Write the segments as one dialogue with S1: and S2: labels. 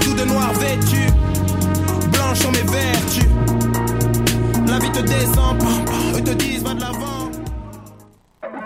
S1: tout de noir vêtu. Blanche sont mes vertus. La vie te descend, pam, pam, eux te disent va de l'avant.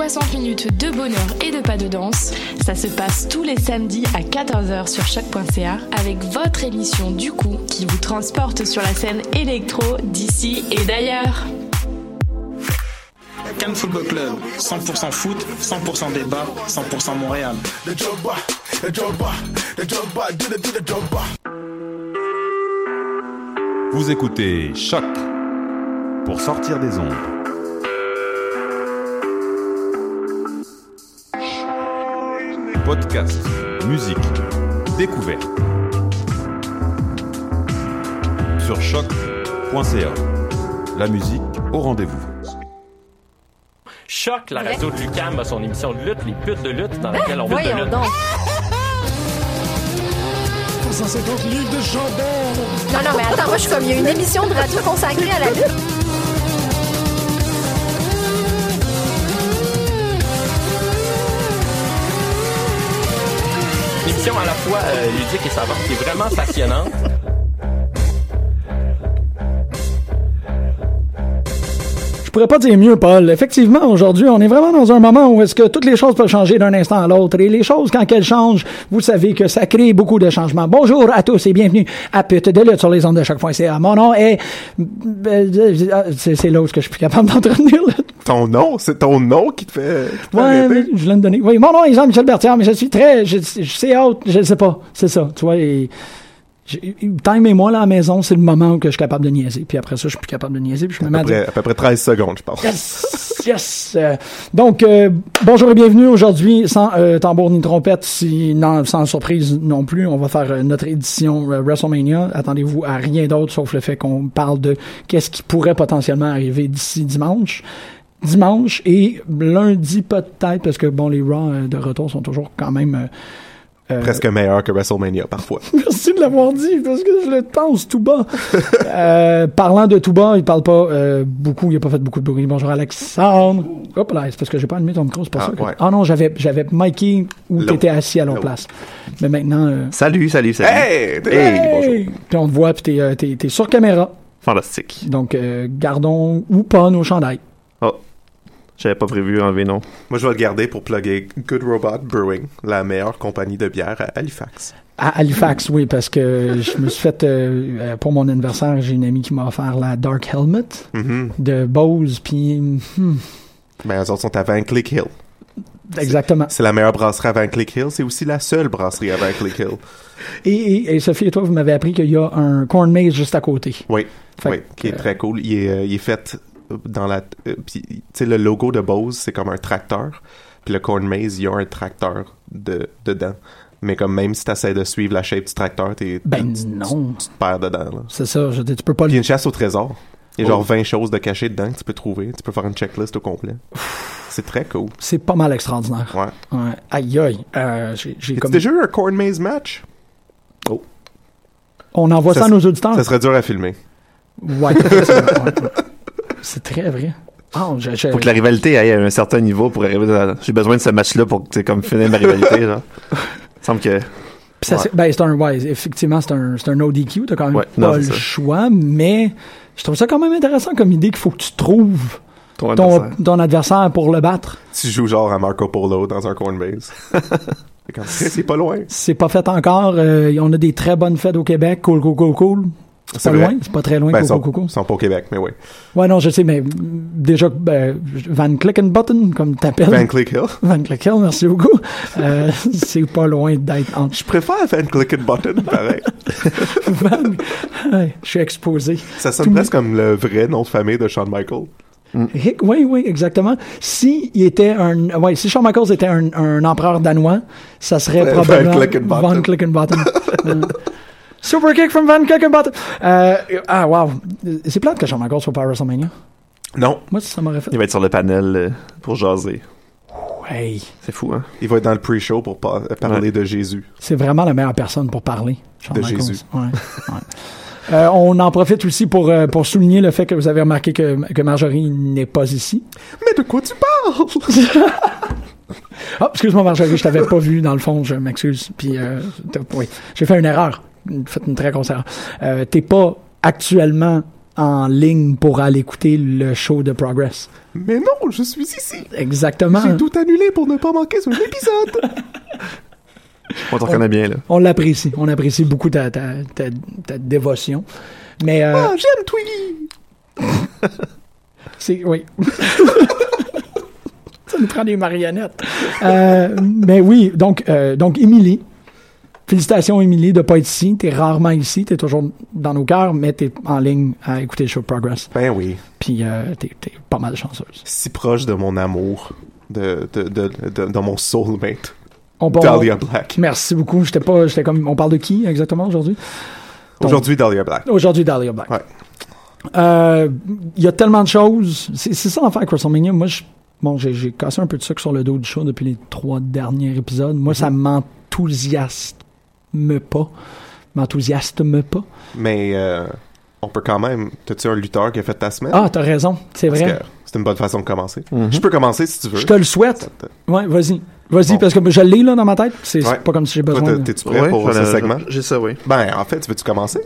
S2: « 60 minutes de bonheur et de pas de danse. Ça se passe tous les samedis à 14h sur choc.ca avec votre émission Du coup qui vous transporte sur la scène électro d'ici et d'ailleurs.
S3: Cannes Football Club, 100% foot, 100% débat, 100% Montréal.
S4: Vous écoutez Choc pour sortir des ondes. podcast, musique, découverte. Sur choc.ca. La musique au rendez-vous.
S5: Choc, la radio de Lucam a son émission de lutte, les putes de lutte, dans laquelle on va de lutte.
S6: 150 livres de jambon!
S7: Non, non, mais attends, moi je suis comme, il y a une émission de radio consacrée à la lutte.
S5: émission à la fois euh, ludique et savante qui est vraiment passionnante.
S8: Je pourrais pas dire mieux, Paul. Effectivement, aujourd'hui, on est vraiment dans un moment où est-ce que toutes les choses peuvent changer d'un instant à l'autre. Et les choses, quand elles changent, vous savez que ça crée beaucoup de changements. Bonjour à tous et bienvenue à Pute de lutte sur les ondes de choc.ca. Mon nom est... C'est c'est là où est-ce que je suis plus capable d'entretenir le
S9: Ton nom, c'est ton nom qui te fait. qui te fait
S8: Ouais,
S9: arrêter.
S8: mais je voulais me donner. Oui, mon nom est Jean-Michel Bertière, mais je suis très. Je, je sais out, je ne sais pas. C'est ça. Tu vois, et, j'ai- time et moi, là, à la maison, c'est le moment où que je suis capable de niaiser. Puis après ça, je suis plus capable de niaiser. Puis je me mets
S9: à,
S8: à
S9: peu
S8: dire-
S9: près, à peu près 13 secondes, je pense.
S8: Yes, yes. Euh, donc, euh, bonjour et bienvenue aujourd'hui, sans euh, tambour ni trompette, si, non, sans surprise non plus. On va faire euh, notre édition euh, WrestleMania. Attendez-vous à rien d'autre, sauf le fait qu'on parle de qu'est-ce qui pourrait potentiellement arriver d'ici dimanche. Dimanche et lundi peut-être, parce que bon, les Raw euh, de retour sont toujours quand même... euh, euh,
S9: Presque meilleur que WrestleMania parfois.
S8: Merci de l'avoir dit, parce que je le pense tout bas. Euh, parlant de tout bas, il parle pas euh, beaucoup, il a pas fait beaucoup de bruit. Bonjour Alexandre. Hop là, c'est parce que j'ai pas allumé ton micro, c'est pour
S9: Ah,
S8: ça que...
S9: ouais.
S8: Ah non, j'avais, j'avais Mikey où
S9: L'autre.
S8: t'étais assis à l'autre place. Mais maintenant... euh,
S10: Salut, salut, salut.
S9: Hey!
S10: Hey, bonjour.
S8: Puis on te voit, puis t'es, euh, t'es- t'es sur caméra.
S10: Fantastique.
S8: Donc, euh, gardons ou pas nos chandails.
S10: Oh, j'avais pas prévu enlever non.
S9: Moi, je vais le garder pour plugger Good Robot Brewing, la meilleure compagnie de bière à Halifax.
S8: À Halifax, oui, parce que je me suis fait... euh, euh, pour mon anniversaire, j'ai une amie qui m'a offert la Dark Helmet
S9: Mhm.
S8: de Bose, puis... hmm,
S9: Ben, eux autres sont à Van Click Hill.
S8: exactement.
S9: C'est la meilleure brasserie à Van Click Hill. C'est aussi la seule brasserie à Van Click Hill.
S8: Et, et- et Sophie et toi, vous m'avez appris qu'il y a un corn maze juste à côté.
S9: Oui,
S8: Fait
S9: oui, qui est très cool. Il est, euh, il est fait dans la... euh, puis, tu sais, le logo de Bose, c'est comme un tracteur. Puis le corn maze, il y a un tracteur de, dedans. Mais comme même si t'essaies de suivre la shape du tracteur, t'es...
S8: Ben
S9: tu-
S8: non.
S9: Tu te perds dedans, là.
S8: C'est ça, je veux dire, tu peux pas
S9: Puis il y
S8: le...
S9: a une chasse au trésor. Il y a
S8: Oh.
S9: genre 20 choses de cachées dedans que tu peux trouver. Tu peux faire une checklist au complet. C'est très cool.
S8: C'est pas mal extraordinaire.
S9: Ouais.
S8: Ouais. Aïe aïe. Euh, j'ai- j'ai
S9: As-tu
S8: comme...
S9: déjà eu un corn maze match?
S11: Oh.
S8: On envoie ça, à
S11: s-
S8: nos auditeurs.
S11: Ça serait dur à filmer.
S8: Ouais, effectivement, ouais. C'est très vrai. Ah, je- je-
S12: Faut que la rivalité aille à un certain niveau pour arriver dans la- J'ai besoin de ce match-là pour tu sais, comme finir ma rivalité. genre. Il semble que.
S8: Puis ça,
S12: Ouais.
S8: c'est- ben, c'est un, ouais, effectivement, c'est un, c'est un ODQ. T'as quand même
S12: Ouais,
S8: pas
S12: non,
S8: le
S12: c'est ça.
S8: choix, mais je trouve ça quand même intéressant comme idée qu'il faut que tu trouves
S11: Ton
S8: ton,
S11: adversaire.
S8: ton adversaire pour le battre.
S11: Tu joues genre à Marco Polo dans un Coinbase. C'est comme, c'est pas loin.
S8: C'est pas fait encore. euh, on a des très bonnes fêtes au Québec. Cool, cool, cool, cool. C'est pas
S11: vrai.
S8: loin. C'est pas très loin.
S11: Ben,
S8: cool,
S11: ils sont,
S8: cool, cool, cool.
S11: ils sont pas au Québec, mais oui.
S8: Ouais, non, je sais, mais mm, déjà, ben, Van Click and Button, comme t'appelles.
S11: Van Cleek Hill.
S8: Van Click Hill, merci beaucoup. Euh, c'est pas loin d'être entre.
S11: Je préfère Van Click and Button, pareil.
S8: Van- Ouais, je suis exposé.
S11: Ça
S8: Tout
S11: sonne
S8: le-
S11: presque comme le vrai nom de famille de Shawn Michael.
S8: Hick- oui, oui, exactement. Si il était un, ouais, si Shawn Michaels était un, un empereur danois, ça serait
S11: Van
S8: probablement
S11: Klickenbottom.
S8: Van Klickenbottom. Euh, Super kick from Van Klickenbottom. Euh, ah, wow. C'est plate que Shawn Michaels soit pas à WrestleMania.
S11: Non.
S8: Moi, ça m'aurait fait.
S12: Il va être sur le panel euh, pour jaser.
S8: Hey,
S12: C'est fou, hein?
S11: Il va être dans le pre-show pour par- parler de Jésus.
S8: c'est vraiment la meilleure personne pour parler. Shawn
S11: De
S8: Michaels.
S11: Jésus.
S8: Ouais. Euh, on en profite aussi pour, euh, pour souligner le fait que vous avez remarqué que, que Marjorie n'est pas ici.
S11: Mais de quoi tu parles?
S8: Ah, excuse-moi, Marjorie, je t'avais pas vu, dans le fond, je m'excuse. Puis, euh, t'as- oui, j'ai fait une erreur. J'ai fait une très grosse erreur. Euh, t'es pas actuellement en ligne pour aller écouter le show de Progress.
S11: Mais non, je suis ici.
S8: Exactement.
S11: J'ai tout annulé pour ne pas manquer son épisode.
S12: On t'en connaît bien, là.
S8: On l'apprécie. On apprécie beaucoup ta, ta, ta, ta dévotion. Mais, euh,
S11: Ah, j'aime Twiggy.
S8: c'est, oui. Ça nous prend des marionnettes. Euh, mais oui, donc, euh, donc, Émilie. Félicitations, Émilie, de pas être ici. T'es rarement ici. T'es toujours dans nos cœurs, mais t'es en ligne à écouter le show de Progress.
S11: Ben oui.
S8: Puis euh, t'es t'es pas mal chanceuse.
S11: Si proche de mon amour, de, de, de, de- de mon soulmate.
S8: On parle-
S11: Dahlia Black.
S8: Merci beaucoup. J'étais pas, j'étais comme, on parle de qui exactement aujourd'hui Donc-
S11: Aujourd'hui, Dahlia Black.
S8: Aujourd'hui, Dahlia Black.
S11: Ouais.
S8: Euh, Il y a tellement de choses. C'est c'est ça l'enfer avec WrestleMania. Moi, je- bon, j'ai j'ai cassé un peu de sucre sur le dos du show depuis les trois derniers épisodes.
S11: Mm-hmm.
S8: Moi, ça m'enthousiasme pas. M'enthousiasme pas.
S11: Mais euh, on peut quand même. T'as-tu un lutteur qui a fait ta semaine?
S8: Ah, t'as raison. C'est
S11: Parce
S8: vrai.
S11: que C'est une bonne façon de commencer. Je peux commencer si tu veux.
S8: Je te le souhaite. Ouais, vas-y. Vas-y, parce que je l'ai là dans ma tête. C'est c'est
S11: Ouais.
S8: pas comme si j'ai
S11: Toi,
S8: besoin.
S11: t'es-
S8: de-
S11: T'es-tu prêt
S12: Ouais,
S11: pour
S12: je-
S11: ce
S12: je-
S11: segment?
S12: J'ai ça, oui.
S11: Ben, en fait, veux-tu commencer?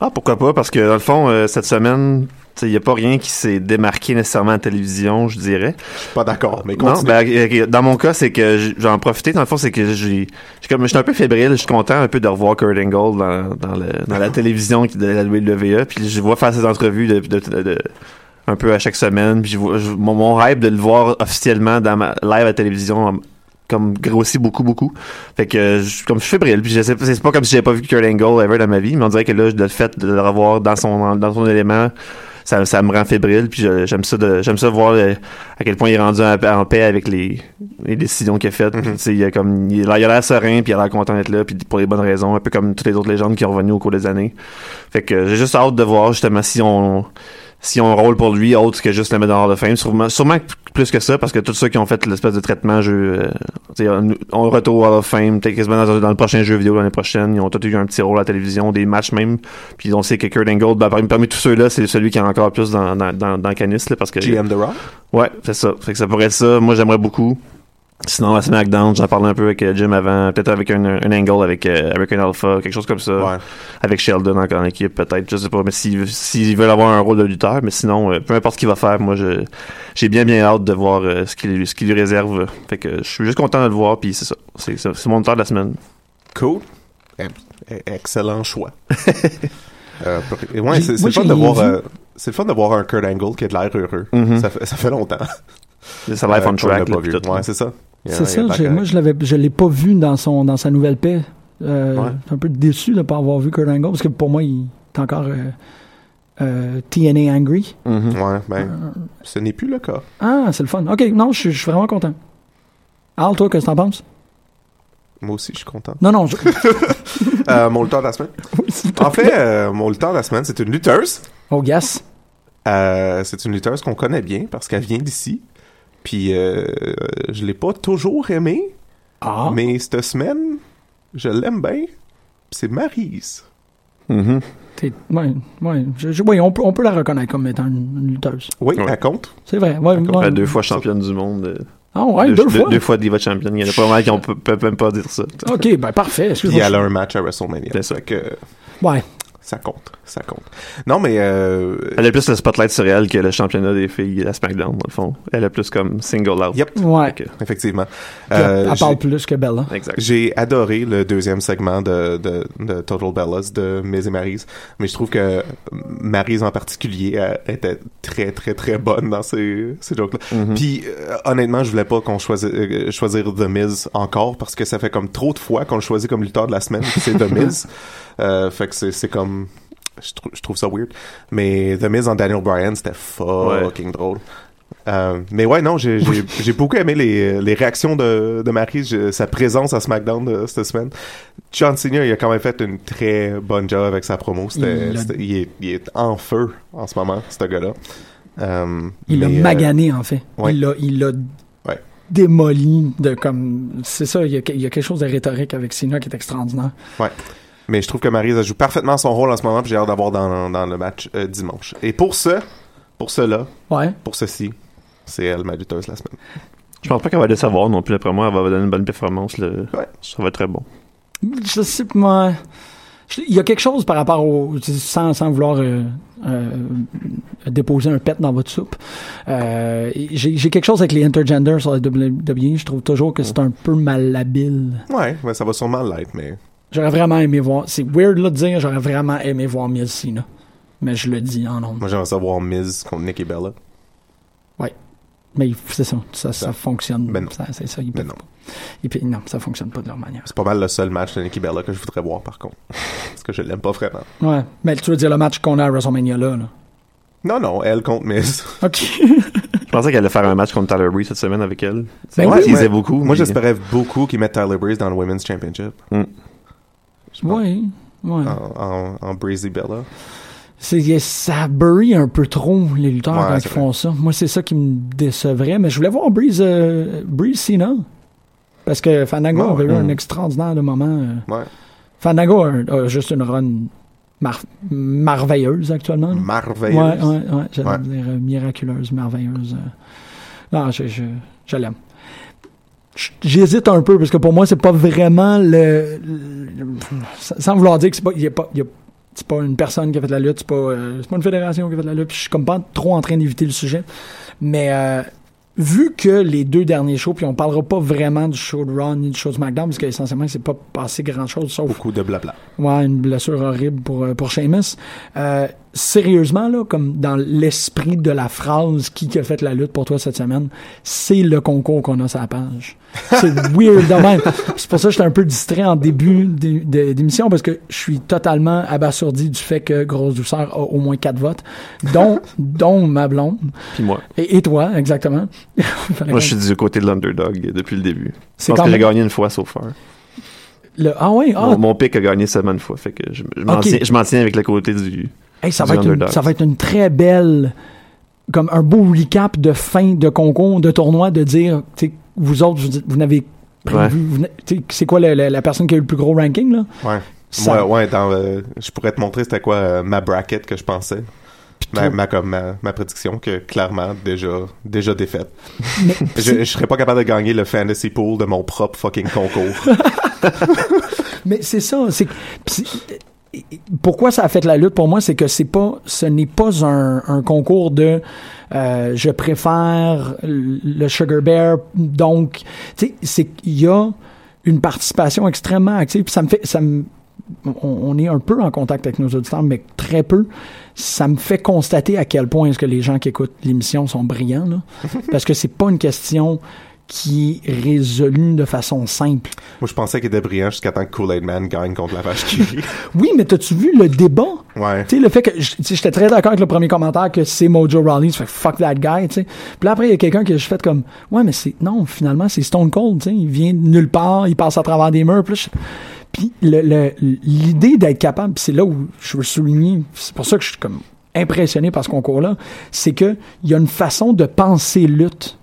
S12: Ah, pourquoi pas? Parce que, dans le fond, euh, cette semaine, tu sais, il n'y a pas rien qui s'est démarqué nécessairement à la télévision, je dirais.
S11: Je suis pas d'accord, mais
S12: Non,
S11: continue.
S12: ben, ok, dans mon cas, c'est que j- j'en profité. Dans le fond, c'est que j'ai, j'ai comme, je suis un peu fébrile. Je suis content un peu de revoir Kurt Angle dans, dans, le- dans la télévision qui- de la WWE. Puis je vois faire ses entrevues de, de- de- de- un peu à chaque semaine. Puis je vois, je- mon, mon rêve de le voir officiellement dans ma live à la télévision en- comme grossit beaucoup, beaucoup. Fait que je, comme je suis fébrile. Puis je sais pas- c'est pas comme si j'avais pas vu Kurt Angle ever dans ma vie. Mais on dirait que là, le fait de le revoir dans son, dans son élément, ça, ça me rend fébrile puis je- j'aime ça de j'aime ça voir le- à quel point il est rendu en, en paix avec les, les décisions qu'il a faites Puis, tu sais, il a comme il a il a l'air serein puis il a l'air content d'être là puis pour les bonnes raisons un peu comme toutes les autres légendes qui ont revenu au cours des années fait que j'ai juste hâte de voir justement si on si on rôle pour lui autre que juste le mettre dans Hall of Fame sûrement, sûrement plus que ça parce que tous ceux qui ont fait l'espèce de traitement jeu euh, tu sais, on, on retourne au Hall of Fame peut-être quasiment dans, dans le prochain jeu vidéo l'année prochaine ils ont tous eu un petit rôle à la télévision des matchs même puis on sait que Kurt Angle ben, parmi, parmi tous ceux-là c'est celui qui est encore plus dans, dans, dans, dans Canis là, parce que
S11: GM The Rock?
S12: Ouais, c'est ça. Fait que ça pourrait être ça. Moi, j'aimerais beaucoup. Sinon, à SmackDown, j'en parlais un peu avec euh, Jim avant. Peut-être avec un, un angle, avec, euh, avec un alpha, quelque chose comme ça. Avec Sheldon encore en équipe, peut-être. Je sais pas. Mais s'ils s'ils veulent avoir un rôle de lutteur, mais sinon, euh, peu importe ce qu'il va faire, moi, je- j'ai bien, bien hâte de voir euh, ce qu'il ce qu'il lui réserve. Fait que je suis juste content de le voir, puis c'est ça. C'est ça. C'est mon lutteur de la semaine.
S11: Cool. Eh, eh, Excellent choix. Euh, pour- ouais,
S12: J'ai-
S11: c'est c'est
S12: moi,
S11: le fun
S12: j'ai
S11: de voir,
S12: vu-
S11: euh, c'est le fun de voir un Kurt Angle qui a de l'air heureux.
S12: Mhm.
S11: ça, fait, ça fait longtemps.
S12: Ça a l'air
S11: Euh,
S12: on
S11: qu'on l'a
S12: track,
S11: pas
S12: là,
S11: vu.
S12: puis tout.
S11: Ouais, c'est ça. Il y a-
S8: C'est
S11: il y a
S8: ça,
S11: de
S8: j'ai-
S11: l'air
S8: moi je l'avais je l'ai pas vu dans son dans sa nouvelle paix. Euh,
S11: Ouais.
S8: j'étais un peu déçu de ne pas avoir vu Kurt Angle parce que pour moi il est encore euh, euh, TNA Angry.
S11: Ouais,
S8: Euh,
S11: ben, ce n'est plus le cas.
S8: Ah, c'est le fun. OK, non, je suis- je suis vraiment content. Al, toi, qu'est-ce que t'en penses?
S11: Moi aussi, je suis content.
S8: Non, non, je-
S11: Euh, mon lutteur de la semaine. en fait, euh, mon lutteur de la semaine, c'est une lutteuse.
S8: Oh, yes.
S11: Euh, c'est une lutteuse qu'on connaît bien parce qu'elle vient d'ici. Puis euh,
S8: Ah.
S11: je l'ai pas toujours aimée. Mais cette semaine, je l'aime bien. c'est Maryse.
S12: Mhm.
S8: T'es- ouais, ouais, je- je- oui, on, peut- on peut la reconnaître comme étant une, une lutteuse.
S11: Oui, elle compte.
S8: C'est vrai. Ouais,
S12: Elle
S8: ouais.
S12: est Euh, deux fois championne du monde. euh,
S8: Ah ouais, deux fois?
S12: Deux fois Diva Champion. Il y en a pas mal qui ne peuvent même pas dire ça.
S8: Ok, ben parfait.
S11: Puis
S8: Excuse-moi.
S11: elle a un match à WrestleMania. C'est ça que
S8: Ouais.
S11: ça compte, ça compte. Non, mais euh,
S12: Elle a plus le spotlight sur elle que le championnat des filles à SmackDown, dans le fond. Elle a plus comme single out.
S11: Yep.
S8: Ouais.
S11: effectivement.
S8: Puis
S11: Euh,
S8: elle, elle parle
S11: j'ai-
S8: plus que Bella.
S11: J'ai adoré le deuxième segment de, de, de Total Bellas de Miz et Maryse, mais je trouve que Maryse en particulier elle était très très très bonne dans ces, ces jokes-là. Puis euh, honnêtement, je voulais pas qu'on choisisse euh, choisir The Miz encore parce que ça fait comme trop de fois qu'on le choisit comme lutteur de la semaine, puis c'est The Miz. Euh, fait que c'est c'est comme je, trou- je trouve ça weird, mais The Miz en Daniel Bryan, c'était fucking drôle. Euh, mais ouais, non, j'ai j'ai- j'ai beaucoup aimé les, les réactions de, de Marie, je- sa présence à SmackDown de- cette semaine. John Cena, il a quand même fait une très bonne job avec sa promo. C'était-
S8: Il l'a-
S11: c'était- Il, est, il est en feu en ce moment, ce gars-là. Euh,
S8: Il l'a
S11: mais, euh,
S8: magané, en fait.
S11: ouais.
S8: Il l'a, il l'a
S11: Ouais.
S8: démoli de comme. C'est ça, il y, a, il y a quelque chose de rhétorique avec Cena qui est extraordinaire.
S11: Ouais. euh, Mais je trouve que Maryse elle joue parfaitement son rôle en ce moment, puis j'ai hâte d'avoir dans, dans le match euh, dimanche. Et pour ce, pour cela,
S8: Ouais.
S11: pour ceci, c'est elle, ma lutteuse la semaine.
S12: Je pense pas qu'elle va le savoir non plus. Après moi, elle va donner une bonne performance. là. Ça va être très bon.
S8: Je sais pas. moi, je- Il y a quelque chose par rapport au. Sans, sans vouloir euh, euh, déposer un pet dans votre soupe. Euh, j'ai, j'ai quelque chose avec les intergenders sur la WWE. Je trouve toujours que
S11: Oh.
S8: c'est un peu malhabile.
S11: Ouais, ouais, ça va sûrement l'être, mais.
S8: J'aurais vraiment aimé voir. C'est weird là, de dire, j'aurais vraiment aimé voir Miz Cena. Mais je le dis en nombre.
S11: Moi, j'aimerais savoir Miz contre Nikki Bella.
S8: Ouais. Mais il- c'est ça, ça, ça fonctionne.
S11: Ben non.
S8: Ça, c'est ça, ils
S11: Ben
S8: peuvent
S11: non.
S8: pas. Et puis, non, ça fonctionne pas de leur manière.
S11: C'est pas mal le seul match de Nikki Bella que je voudrais voir, par contre. Parce que je l'aime pas vraiment.
S8: Ouais. Mais tu veux dire le match qu'on a à WrestleMania là, là.
S11: Non, non, elle contre Miz.
S8: OK.
S12: Je pensais qu'elle allait faire un match contre Tyler Breeze cette semaine avec elle.
S11: Ben
S12: Ouais,
S11: oui.
S12: ils
S11: Ouais.
S12: aient beaucoup.
S11: Moi,
S12: mais-
S11: j'espérais beaucoup qu'ils mettent Tyler Breeze dans le Women's Championship.
S8: Oui. Ouais.
S11: En, en, en Breezy Bella.
S8: C'est, ça bury un peu trop les lutteurs
S11: Ouais,
S8: quand ils
S11: c'est
S8: font ça. Moi, c'est ça qui me décevrait. Mais je voulais voir Breeze, euh, Breeze Cena. Parce que Fandango
S11: Ouais,
S8: avait eu
S11: ouais.
S8: un extraordinaire de moment. euh.
S11: Ouais.
S8: Fandango a, un- a juste une run mar- merveilleuse actuellement. là.
S11: Merveilleuse.
S8: Ouais, ouais, ouais. J'allais
S11: Ouais.
S8: dire euh, miraculeuse, merveilleuse. euh. Non, je, je, je l'aime. J- J'hésite un peu parce que pour moi, c'est pas vraiment le. le- sans sans vouloir dire que c'est pas. il y a pas il y a- c'est pas une personne qui a fait de la lutte, c'est pas, euh, c'est pas une fédération qui a fait de la lutte, puis je suis comme pas trop en train d'éviter le sujet. Mais euh, vu que les deux derniers shows, puis on parlera pas vraiment du show de Raw ni du show de SmackDown, parce qu'essentiellement, c'est pas passé grand chose, sauf
S11: Beaucoup de blabla.
S8: Ouais, une blessure horrible pour, euh, pour Seamus. Euh, sérieusement, là, comme dans l'esprit de la phrase qui qui a fait la lutte pour toi cette semaine, c'est le concours qu'on a sur la page. C'est weird de même. C'est pour ça que j'étais un peu distrait en début d'é- d'é- d'émission parce que je suis totalement abasourdi du fait que Grosse Douceur a au moins quatre votes, dont, dont ma blonde.
S12: Puis moi.
S8: Et, et toi, exactement.
S12: Moi, je suis du côté de l'underdog depuis le début. Je
S8: C'est
S12: pense
S8: quand
S12: que j'ai
S8: même-
S12: gagné une fois, sauf far.
S8: Le- ah oui, ah,
S12: Mon, mon pick a gagné seulement une fois. Fait que je, je m'en
S8: Ok.
S12: tiens- je m'en tiens avec le côté du.
S8: Hey, ça,
S12: du
S8: va être une,
S12: underdog.
S8: ça va être une très belle, comme un beau recap de fin de concours, de tournoi, de dire, tu sais, vous autres, vous, vous n'avez prévu,
S11: Ouais.
S8: vous n'a- tu sais, c'est quoi le- le- la personne qui a eu le plus gros ranking, là?
S11: Ouais.
S8: Ça-
S11: Moi, ouais, dans, euh, je pourrais te montrer c'était quoi euh, ma bracket que je pensais. Ma, ma- comme ma, ma prédiction que clairement déjà déjà défaite.
S8: Mais-
S11: je, je serais pas capable de gagner le fantasy pool de mon propre fucking concours.
S8: Mais c'est ça, c'est que- pis c'est- pourquoi ça a fait la lutte pour moi, c'est que c'est pas, ce n'est pas un, un concours de euh, je préfère le Sugar Bear, donc tu sais, c'est qu'il y a une participation extrêmement active. Puis ça me fait, ça me, on, on est un peu en contact avec nos auditeurs, mais très peu. Ça me fait constater à quel point est-ce que les gens qui écoutent l'émission sont brillants, là. parce que c'est pas une question qui est résolue de façon simple.
S11: Moi, je pensais qu'il était brillant jusqu'à temps que Kool-Aid Man gagne contre la vache qui rit.
S8: Oui, mais t'as-tu vu le débat?
S11: Ouais.
S8: Tu sais, le fait que. j- tu sais, J'étais très d'accord avec le premier commentaire que c'est Mojo Rawley, ça fait fuck that guy, tu sais. Puis là, après, il y a quelqu'un qui a juste fait comme. Ouais, mais c'est. Non, finalement, c'est Stone Cold, tu sais. Il vient de nulle part, il passe à travers des murs. Puis, là, je- puis le- le- l'idée d'être capable, puis c'est là où je veux le souligner, c'est pour ça que je suis comme impressionné par ce concours-là, c'est que il y a une façon de penser lutte.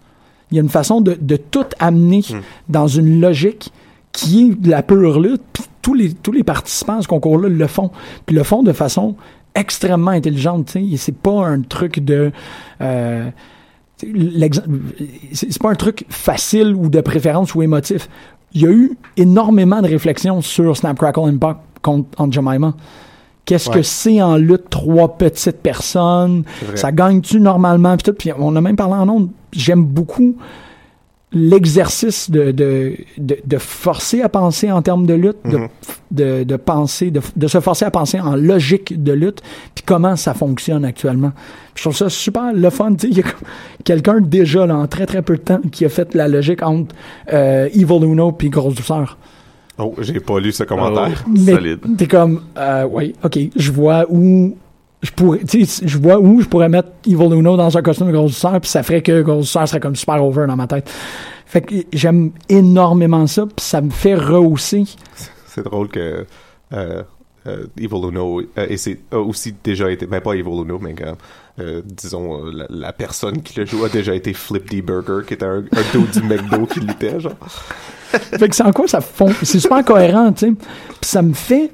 S8: Il y a une façon de, de tout amener dans une logique qui est de la pure lutte. Puis tous les, tous les participants à ce concours-là le font. Puis le font de façon extrêmement intelligente. tu sais. C'est pas un truc de. euh, tu sais, l'exem- c'est c'est pas un truc facile ou de préférence ou émotif. Il y a eu énormément de réflexions sur Snap Crackle and Pop contre Aunt Jemima. Qu'est-ce
S13: Ouais.
S8: que c'est en lutte trois petites personnes?
S13: C'est vrai.
S8: Ça gagne-tu normalement? Puis tout. Puis on a même parlé en ondes. J'aime beaucoup l'exercice de, de, de, de forcer à penser en termes de lutte, de-
S11: Mhm.
S8: de, de, penser, de, de se forcer à penser en logique de lutte, puis comment ça fonctionne actuellement. Puis je trouve ça super le fun. tu sais, Il y a comme quelqu'un déjà, là, en très très peu de temps, qui a fait la logique entre euh, Evil Uno puis Grosse Douceur.
S11: Oh, j'ai pas lu ce commentaire.
S8: Mais T'es comme, euh, oui, ok, je vois où je pourrais, tu sais, je vois où je pourrais mettre Evil Uno dans un costume de grosse douceur, puis ça ferait que grosse douceur serait comme super over dans ma tête. Fait que j'aime énormément ça, puis ça me fait rehausser.
S11: C'est drôle que euh, euh, Evil Uno euh, et c'est, a aussi déjà été, ben pas Evil Uno, mais comme, euh, disons euh, la, la personne qui le joue a déjà été Flip D. Burger, qui était un, un dos du McDo qui luttait, genre.
S8: fait que c'est en quoi ça fond. C'est super cohérent, tu sais. Puis ça me fait.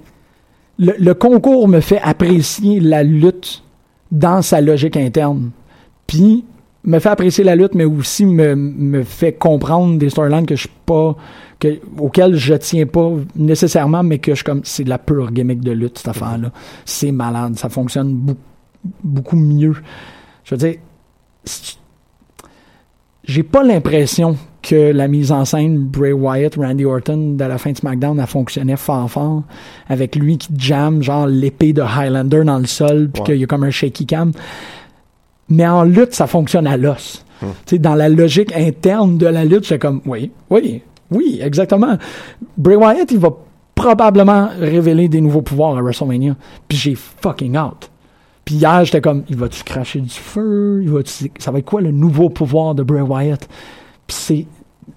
S8: Le, le concours me fait apprécier la lutte dans sa logique interne. Puis me fait apprécier la lutte, mais aussi me, me fait comprendre des storylines que je suis pas. Que, auxquelles je tiens pas nécessairement, mais que je suis comme. C'est de la pure gimmick de lutte, cette affaire-là. C'est malade. Ça fonctionne beaucoup, beaucoup mieux. Je veux dire. si tu- j'ai pas l'impression que la mise en scène Bray Wyatt, Randy Orton de la fin de SmackDown a fonctionné fort fort avec lui qui jamme genre l'épée de Highlander dans le sol puis
S13: Ouais.
S8: qu'il y a comme un shaky cam. Mais en lutte, ça fonctionne à l'os. Tu sais, dans la logique interne de la lutte, c'est comme oui, oui, oui, exactement. Bray Wyatt, il va probablement révéler des nouveaux pouvoirs à WrestleMania. Puis j'ai fucking out. Puis hier, j'étais comme, il va-tu cracher du feu? Il va-tu- Ça va être quoi le nouveau pouvoir de Bray Wyatt? Puis c'est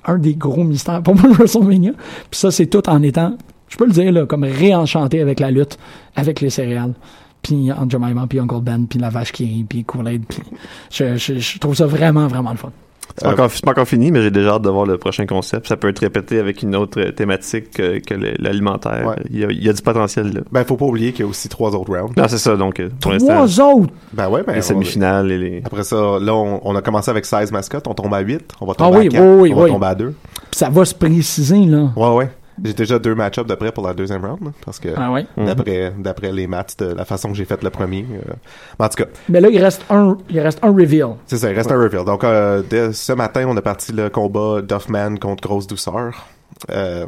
S8: un des gros mystères pour moi de WrestleMania. Puis ça, c'est tout en étant, je peux le dire, là, comme réenchanté avec la lutte, avec les céréales. Puis en Jemima, puis Uncle Ben, puis la vache qui rit, puis Kool-Aid. puis je, je- je trouve ça vraiment, vraiment le fun.
S12: C'est pas, encore, c'est pas encore fini, mais j'ai déjà hâte de voir le prochain concept. Ça peut être répété avec une autre euh, thématique que, que le- l'alimentaire.
S11: Ouais.
S12: Il, y a, il y a du potentiel là.
S11: Ben faut pas oublier qu'il y a aussi trois autres rounds.
S8: Ah,
S12: Non, c'est ça, donc euh, pour l'instant.
S8: Trois autres!
S11: Ben ouais, ben.
S12: Les semi-finales et les.
S11: Après ça, là, on, on a commencé avec 16 mascottes, on tombe à 8, on va
S8: Ah
S11: tomber
S8: oui,
S11: à
S8: oui,
S11: 4,
S8: oui,
S11: on va
S8: oui.
S11: tomber à 2.
S8: Puis ça va se préciser, là.
S11: Ouais, ouais. J'ai déjà deux match-ups de près pour la deuxième round, là, parce que Mm-hmm.
S8: Ah ouais?
S11: d'après d'après les maths, de la façon que j'ai fait le premier. euh, mais en tout cas,
S8: Mais là, il reste un, il reste un reveal.
S11: c'est ça, il reste un reveal. Donc, euh, dès ce matin, on a parti le combat Duffman contre Grosse Douceur, euh,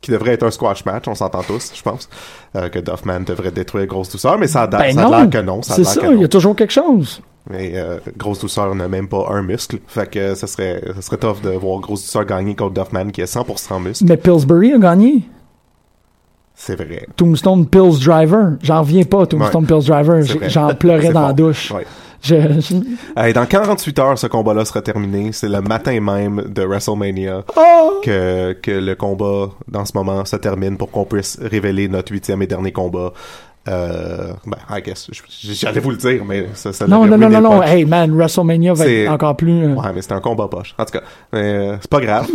S11: qui devrait être un squash match, on s'entend tous, je pense, euh, que Duffman devrait détruire Grosse Douceur, mais ça a,
S8: Ben
S11: ça a
S8: non!
S11: l'air que non. Ça a
S8: C'est
S11: l'air
S8: ça,
S11: que non.
S8: il y a toujours quelque chose.
S11: Mais euh, Grosse Douceur n'a même pas un muscle, fait que ça serait, ça serait tough de voir Grosse Douceur gagner contre Duffman qui a 100% muscle.
S8: Mais Pillsbury a gagné.
S11: C'est vrai.
S8: Tombstone Pills Driver. J'en reviens pas, Tombstone
S11: Ouais.
S8: Pills Driver.
S11: C'est
S8: J'ai-
S11: vrai.
S8: J'en pleurais
S11: C'est
S8: dans la
S11: fort.
S8: douche.
S11: Ouais.
S8: Je- je-
S11: Hey, dans 48 heures, ce combat-là sera terminé. C'est le matin même de WrestleMania
S8: Oh!
S11: que, que le combat, dans ce moment, se termine pour qu'on puisse révéler notre huitième et dernier combat. Euh, ben, I guess, j- j'allais vous le dire, mais ça, ça
S8: Non,
S11: l'aurait
S8: non, non,
S11: ruiné
S8: non,
S11: le
S8: non.
S11: punch.
S8: Hey, man, WrestleMania va
S11: C'est-
S8: être encore plus. euh,
S11: Ouais, mais c'est un combat poche. En tout cas, euh, c'est pas grave.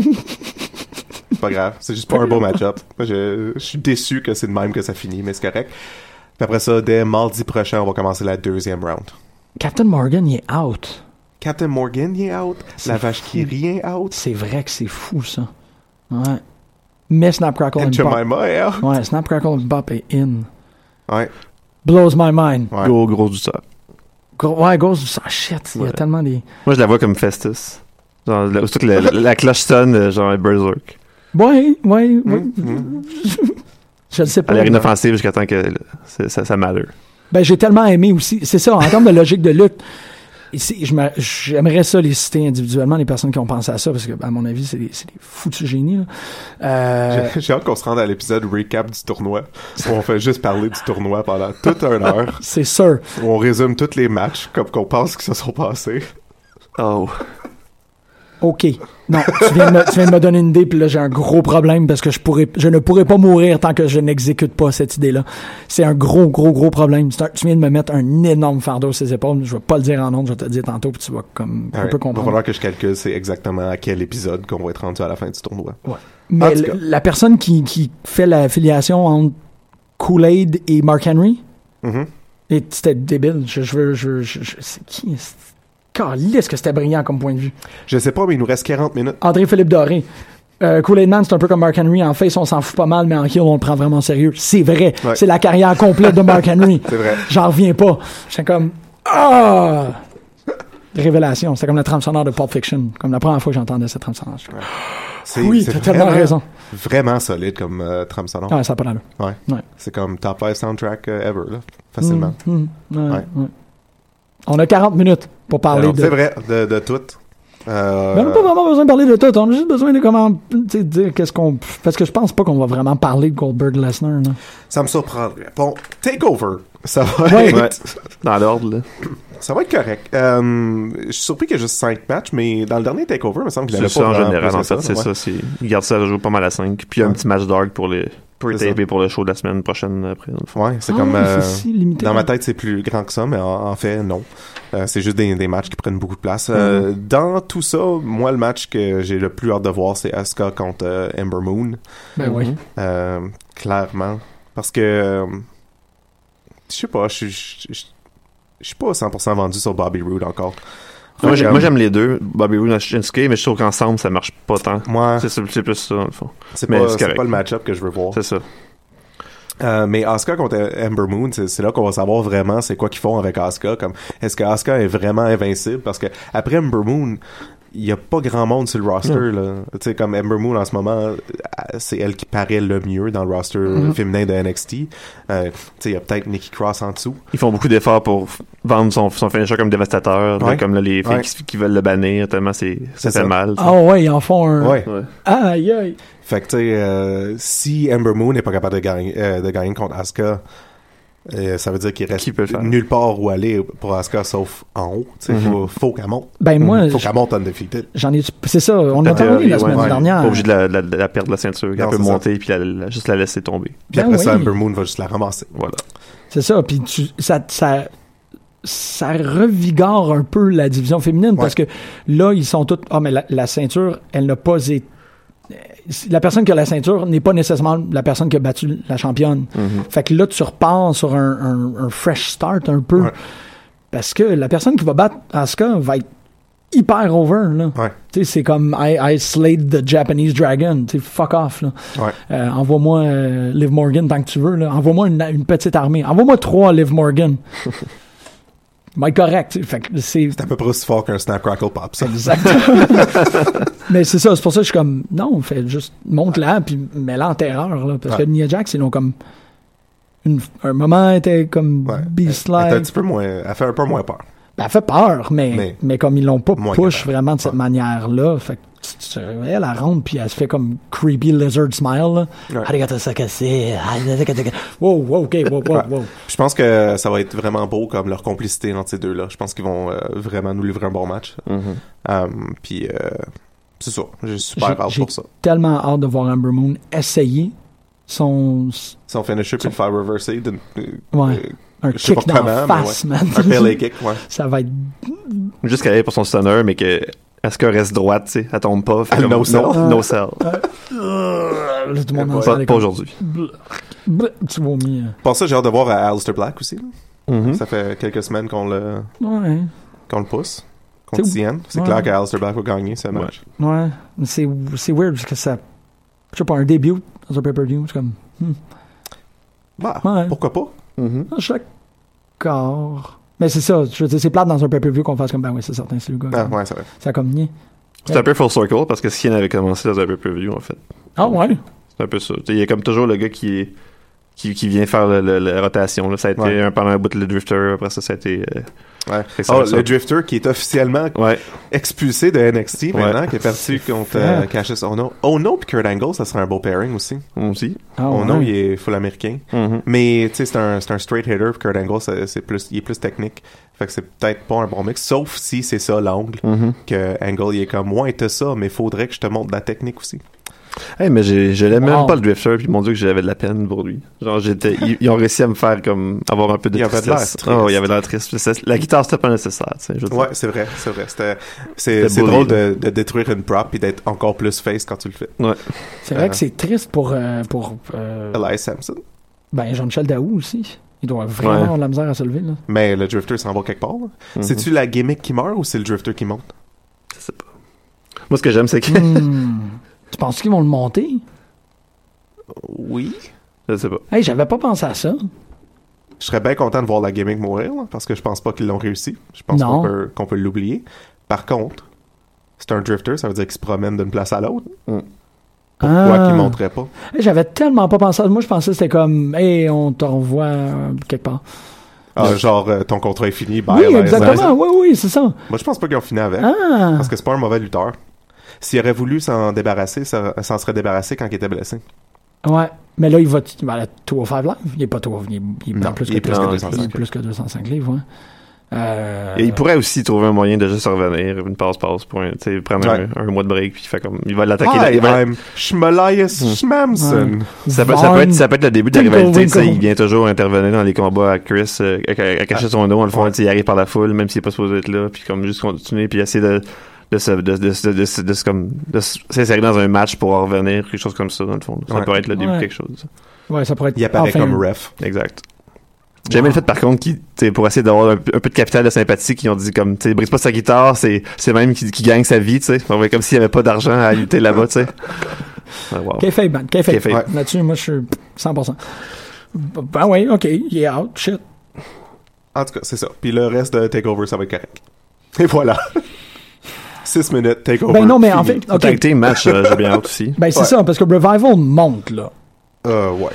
S11: c'est pas grave. C'est juste pas un beau match-up. Moi, Je, je suis déçu que c'est de même que ça finit, mais c'est correct. Puis après ça, dès mardi prochain, on va commencer la deuxième round.
S8: Captain Morgan, il est out.
S11: Captain Morgan, il est out. La vache qui rit est out.
S8: C'est vrai que c'est fou, ça. Ouais. Mais Snap Crackle and
S11: And
S8: Pop.
S11: Jemima est out.
S8: Ouais, Snap Crackle and Pop est in.
S11: hein? Ouais.
S8: Blows my mind.
S12: Gros, gros du sort.
S8: Gros- ouais, Ghost, ça shit. Il y a
S12: Ouais.
S8: tellement des.
S12: Moi, je la vois comme Festus. Genre, là, surtout que la, la- la cloche sonne, euh, genre Berserk.
S8: Ouais, ouais, ouais.
S11: Hmm,
S8: Je ne sais pas.
S12: Elle est inoffensive jusqu'à temps que là, c'est- ça, ça malheur.
S8: Ben, j'ai tellement aimé aussi. C'est ça, en termes de logique de lutte. ici, je me- J'aimerais ça les citer individuellement, les personnes qui ont pensé à ça, parce que, à mon avis, c'est des, c'est des foutus génies. là. Euh,
S11: J'ai- J'ai hâte qu'on se rende à l'épisode recap du tournoi, où on fait juste parler du tournoi pendant toute une heure,
S8: c'est sûr.
S11: où on résume tous les matchs comme qu'on pense qu'ils se sont passés.
S12: Oh.
S8: OK. Non, tu viens, de me, tu viens de me donner une idée, puis là, j'ai un gros problème parce que je, pourrais, je ne pourrais pas mourir tant que je n'exécute pas cette idée-là. C'est un gros, gros, gros problème. C'est un- tu viens de me mettre un énorme fardeau sur les épaules. Je vais pas le dire en ondes, je vais te le dire tantôt, puis tu vas comme un peu
S11: Il va
S8: comprendre.
S11: falloir que je calcule c'est exactement à quel épisode qu'on va être rendu à la fin du tournoi.
S8: Ouais. Mais la, la personne qui, qui fait la filiation entre Kool-Aid et Mark Henry,
S11: Mhm.
S8: et c'était débile. Je, je veux. Je, je, je- c'est qui est-ce que c'était brillant comme point de vue?
S11: Je sais pas, mais il nous reste 40 minutes.
S8: André-Philippe Doré. Euh, Kool-Aid Man, c'est un peu comme Mark Henry. En face, on s'en fout pas mal, mais en heel, on le prend vraiment sérieux. C'est vrai.
S11: Ouais.
S8: C'est la carrière complète de Mark Henry.
S11: C'est vrai.
S8: J'en reviens pas. J'étais comme. Ah! Révélation. C'était comme la trame sonore de Pulp Fiction. Comme la première fois que j'entendais cette trame sonore. Je-
S11: C'est-
S8: Oui,
S11: c'est
S8: t'as tellement
S11: vraiment-
S8: raison.
S11: Vraiment solide comme euh, trame sonore.
S8: Ouais, ça a pas d'allure.
S11: Ouais.
S8: Ouais.
S11: C'est comme top 5 soundtrack euh, ever, là. Facilement.
S8: Mm, mm, ouais,
S11: Ouais.
S8: ouais. On a 40 minutes pour parler
S11: Alors,
S8: de.
S11: C'est vrai, de, de tout. Euh,
S8: Mais Ben, on n'a pas vraiment besoin de parler de tout. On a juste besoin de comment. tu sais, dire qu'est-ce qu'on. Parce que je pense pas qu'on va vraiment parler de Goldberg Lesnar. non.
S11: Ça me surprendrait. Bon, Takeover. Ça va
S8: Ouais.
S11: être...
S8: Ouais.
S11: Dans l'ordre, là. Ça va être correct. Euh, je suis surpris qu'il y a juste 5 matchs, mais dans le dernier Takeover, il me semble qu'il
S12: C'est
S11: avait
S12: ça
S11: pas
S12: en
S11: vraiment
S12: général,
S11: plus
S12: en
S11: que
S12: fait. C'est
S11: ouais.
S12: ça. c'est- Ils gardent ça à jour pas mal à 5. Puis il y a un petit match d'orgue pour les pour le
S11: C'est
S12: tape et pour le show de la semaine prochaine après. dans le fond.
S11: Ouais, c'est
S12: Ah
S11: comme.
S12: ouais,
S11: euh,
S12: c'est si limité,
S11: dans
S12: ouais.
S11: ma tête, c'est plus grand que ça, mais en, en fait, non. Euh, c'est juste des, des matchs qui prennent beaucoup de place. Euh,
S12: Mm-hmm.
S11: Dans tout ça, moi, le match que j'ai le plus hâte de voir, c'est Asuka contre euh, Ember Moon.
S8: Ben oui.
S11: Euh, clairement. Parce que. euh, je sais pas, je je- je- je suis pas 100% vendu sur Bobby Roode encore.
S12: Moi, j'ai-
S11: Comme-
S12: moi, j'aime les deux, Bobby Roode et Shinsuke, mais je trouve qu'ensemble ça marche pas tant. C'est- C'est c'est plus ça dans le fond.
S11: C'est
S12: Mais
S11: pas, c'est
S12: correct.
S11: pas le match-up que je veux voir.
S12: C'est ça.
S11: Euh, mais Asuka contre Ember Moon, c'est c'est là qu'on va savoir vraiment c'est quoi qu'ils font avec Asuka. Comme est-ce que Asuka est vraiment invincible Parce que après Ember Moon, il y a pas grand monde sur le roster.
S12: Non.
S11: Là. Tu sais, comme Ember Moon en ce moment, euh, c'est elle qui paraît le mieux dans le roster
S12: Mhm.
S11: féminin de NXT. Euh, tu sais, il y a peut-être Nikki Cross en dessous.
S12: Ils font beaucoup d'efforts pour f- vendre son, son finisher comme dévastateur,
S11: Ouais.
S12: là, comme là, les filles
S11: Ouais.
S12: qui, qui veulent le bannir, tellement c'est ça
S11: C'est
S12: fait
S11: ça.
S12: mal.
S8: Ah ouais, ils en font un.
S11: Ouais.
S8: Aïe, aïe.
S11: Fait que tu sais, euh, si Ember Moon n'est pas capable de gagner, euh, de gagner contre Asuka, euh, ça veut dire qu'il reste nulle part où aller pour Asuka sauf en haut. Tu sais,
S8: Mhm.
S11: faut, faut qu'elle monte.
S8: Ben, moi,
S11: faut
S8: je-
S11: qu'elle monte undefeated.
S8: J'en ai. C'est ça, euh, on en a parlé la semaine dernière.
S12: Pas obligé de la, de la- de la perdre la ceinture.
S11: Non,
S12: Elle peut
S11: c'est ça.
S12: monter puis la- la- juste la laisser tomber.
S11: Puis
S8: Ben
S11: après ça,
S8: oui.
S11: Ember Moon va juste la ramasser.
S12: Voilà.
S8: C'est ça. Puis tu- ça, ça, ça revigore un peu la division féminine parce que là, ils sont tous. Ah, mais la, la ceinture, elle n'a pas été. La personne qui a la ceinture n'est pas nécessairement la personne qui a battu la championne. Fait que là, tu repars sur un, un- un fresh start un peu. Parce que la personne qui va battre Asuka va être hyper over. là. Tu sais, C'est comme I, I slayed the Japanese dragon. Tu sais, fuck off. Là.
S11: Ouais.
S8: Euh, envoie-moi euh, Liv Morgan tant que tu veux. là. Envoie-moi une, une petite armée. Envoie-moi trois Liv Morgan. Mais correct. tu sais. Fait que c'est...
S11: C'est à peu près aussi fort qu'un Snap Crackle Pop, ça.
S8: Mais c'est ça, c'est pour ça que je suis comme non, fait juste monte là puis mets-la en terreur là, parce
S11: Ouais.
S8: que Nia Jax ils l'ont comme une- un moment elle était comme
S11: Elle
S8: beast-like.
S11: est un petit peu moins, elle fait un peu moins peur.
S8: Ben, elle fait peur, mais, mais,
S11: Mais-
S8: comme ils l'ont pas
S11: Moins
S8: push vraiment de cette manière-là, fait que tu- tu- elle, elle rentre puis elle se fait comme creepy lizard smile. là.
S11: Ouais.
S8: Arigato sakase, arigato sakase. Wow, wow, ok, wow, wow,
S11: Ouais.
S8: wow.
S11: Je pense que ça va être vraiment beau comme leur complicité entre ces deux-là. Je pense qu'ils vont euh, vraiment nous livrer un bon match. Euh, puis euh, c'est ça, j'ai super
S8: J'ai-
S11: hâte
S8: j'ai
S11: pour ça.
S8: tellement hâte de voir Amber Moon essayer son.
S11: Son finisher puis le faire reverser d'une.
S8: Ouais.
S11: euh,
S8: Un
S11: je sais
S8: kick
S11: pas
S8: dans
S11: comment,
S8: la
S11: mais
S8: face,
S11: ouais.
S8: man.
S11: Un belly kick, ouais.
S8: Ça va être.
S12: Juste qu'elle aille pour son stunner, mais que est-ce qu'elle reste droite, tu sais, elle tombe pas. fait
S11: Elle
S12: comme,
S11: no sell.
S12: No, no sell.
S8: Euh, là, tout le monde
S12: Pas-
S8: dans la salle
S12: pas
S8: est comme-
S12: aujourd'hui.
S8: Bleh, bleh, Tu vomis. euh.
S11: Pour ça, j'ai hâte de voir à Alistair Black aussi. là.
S12: Mm-hmm.
S11: Ça fait quelques semaines qu'on le,
S8: Ouais.
S11: qu'on le pousse. Contre
S8: C'est-
S11: Cien. C'est
S8: ouais.
S11: clair qu'Alistair Black va gagner ce match.
S8: Ouais. Mais C'est c'est weird parce que ça. Je sais pas, un début dans un pay-per-view, c'est comme. hmm.
S11: Bah,
S8: Ouais.
S11: pourquoi pas?
S12: Mm-hmm.
S8: Ah, Je suis d'accord. Mais c'est ça, je veux dire, c'est plate dans un pay-per-view qu'on fasse comme ben oui, c'est certain, c'est le gars.
S11: Ah, ouais, c'est vrai.
S8: Ça a comme nié.
S12: C'est un peu full circle parce que Sien avait commencé dans un pay-per-view, en fait.
S8: Ah ouais.
S12: C'est un peu ça. Tu sais, Il y a comme toujours le gars qui est- Qui, qui vient faire le- le- la rotation. là. Ça a été
S11: Ouais.
S12: un, pendant un bout le drifter, après ça, ça a été. euh, fait que ça
S11: Ah,
S12: va ça.
S11: le Drifter qui est officiellement expulsé de NXT maintenant, qui est parti contre euh,
S12: Frère.
S11: Cassius Ono. Ono puis Kurt Angle, ça serait un beau pairing aussi.
S12: Aussi.
S8: Ah,
S11: Ono,
S8: ouais.
S11: il est full américain.
S12: Mm-hmm.
S11: Mais tu sais, c'est un, c'est un straight hitter, puis Kurt Angle, c'est- c'est plus, il est plus technique. Fait que c'est peut-être pas un bon mix, sauf si c'est ça l'angle,
S12: Mhm.
S11: que Angle, il est comme, ouais, t'as ça, mais faudrait que je te montre de la technique aussi.
S12: Hey, mais j'ai- je l'aime
S11: Wow.
S12: même pas le Drifter, puis mon dieu que j'avais de la peine pour lui. Genre j'étais, ils, ils ont réussi à me faire comme avoir un peu de
S11: Il avait
S12: tristesse.
S11: l'air triste.
S12: Oh, il avait l'air triste. C'est- La guitare c'était pas nécessaire, tu sais. je veux dire.
S11: Ouais, c'est vrai, c'est vrai. C'était- C'est
S12: C'était
S11: c'est
S12: bully,
S11: drôle
S12: là.
S11: de, de détruire une prop et d'être encore plus face quand tu le fais.
S12: Ouais.
S8: C'est vrai que c'est triste pour, euh, pour euh,
S11: Elias Sampson.
S8: ben, Jean-Michel Daou aussi. Il doit vraiment
S11: Ouais.
S8: avoir de la misère à se lever. Là.
S11: Mais le drifter s'en va quelque part. là.
S12: Mm-hmm.
S8: Mhm.
S11: C'est-tu la gimmick qui meurt ou c'est le drifter qui monte
S12: Je sais pas. Moi, ce que j'aime, c'est que.
S8: Tu penses qu'ils vont le monter?
S11: Oui.
S12: Je sais pas.
S8: Hey, j'avais pas pensé à ça.
S11: Je serais bien content de voir la gimmick mourir là, parce que je pense pas qu'ils l'ont réussi. Je pense
S8: Non.
S11: qu'on peut, qu'on peut l'oublier. Par contre, c'est un drifter, ça veut dire qu'il se promène d'une place à l'autre.
S12: Mm.
S11: Pourquoi
S8: Ah.
S11: qu'il monterait pas
S8: Hey, j'avais tellement pas pensé à ça. Moi, je pensais que c'était comme, hey, on te revoit euh, quelque part.
S11: Ah, Genre, euh, ton contrat est fini. bye,
S8: oui,
S11: bye, bye.
S8: exactement. Oui, oui, c'est ça.
S11: Moi, je pense pas qu'ils ont fini avec.
S8: Ah.
S11: Parce que c'est pas un mauvais lutteur. S'il aurait voulu s'en débarrasser, ça s'en serait débarrassé quand il était blessé.
S8: Ouais. Mais là, il va. Ben, là, 205 Live, il est pas 205. Il est, il est
S11: Non,
S8: dans plus
S11: il
S8: que
S11: est plus que
S8: 205.
S11: 205.
S8: Il est plus que 205 livres. ouais. Euh,
S12: Et il pourrait aussi trouver un moyen de juste revenir, une passe-passe, pour un, tu sais, prendre un-
S11: Ouais. Ah,
S12: un, mois de break, puis il fait comme, il va l'attaquer.
S11: Hi,
S12: il va-
S11: I'm
S12: Mm.
S11: Schmelias Schmamson.
S12: Ça peut, ça, peut être, ça peut être le début de la
S11: Tinkle,
S12: rivalité. tu
S11: tinkle.
S12: sais, Il vient toujours intervenir dans les combats à Chris, euh, à, à- à cacher son dos. En le fond, tu sais, il arrive par la foule, même s'il n'est pas supposé être là. Puis comme juste continuer, puis essayer de de se de, de, de, de, se- de se- comme de se- s'insérer dans un match pour en revenir quelque chose comme ça dans le fond ça
S11: Ouais.
S12: pourrait être le début
S8: Ouais.
S12: de quelque chose
S8: Ouais, ça pourrait être.
S11: Il apparaît
S8: enfin,
S11: comme ref.
S12: Exact. J'aimais le fait par contre qu'il, tu sais, pour essayer d'avoir un, p- un peu de capital de sympathie, qu'ils ont dit comme, tu sais, brise pas sa guitare, c'est, c'est même qui, qui gagne sa vie, tu sais. On va comme s'il n'y avait pas d'argent à lutter là-bas, tu sais. Ah, wow.
S8: Kayfabe, man. Kayfabe.
S12: Kayfabe. Ouais.
S8: Là-dessus, moi, je suis 100%. Ben ouais, ok, il est out, shit.
S11: En tout cas, c'est ça. Puis le reste de Takeover, ça va être correct. Et voilà. 6 minutes, Takeover.
S8: Ben non, mais en
S11: fini.
S8: fait, ok. Tag team match, euh, j'ai bien hâte
S12: aussi.
S8: Ben c'est
S11: Ouais.
S8: ça, parce que Revival monte, là.
S11: Euh, ouais.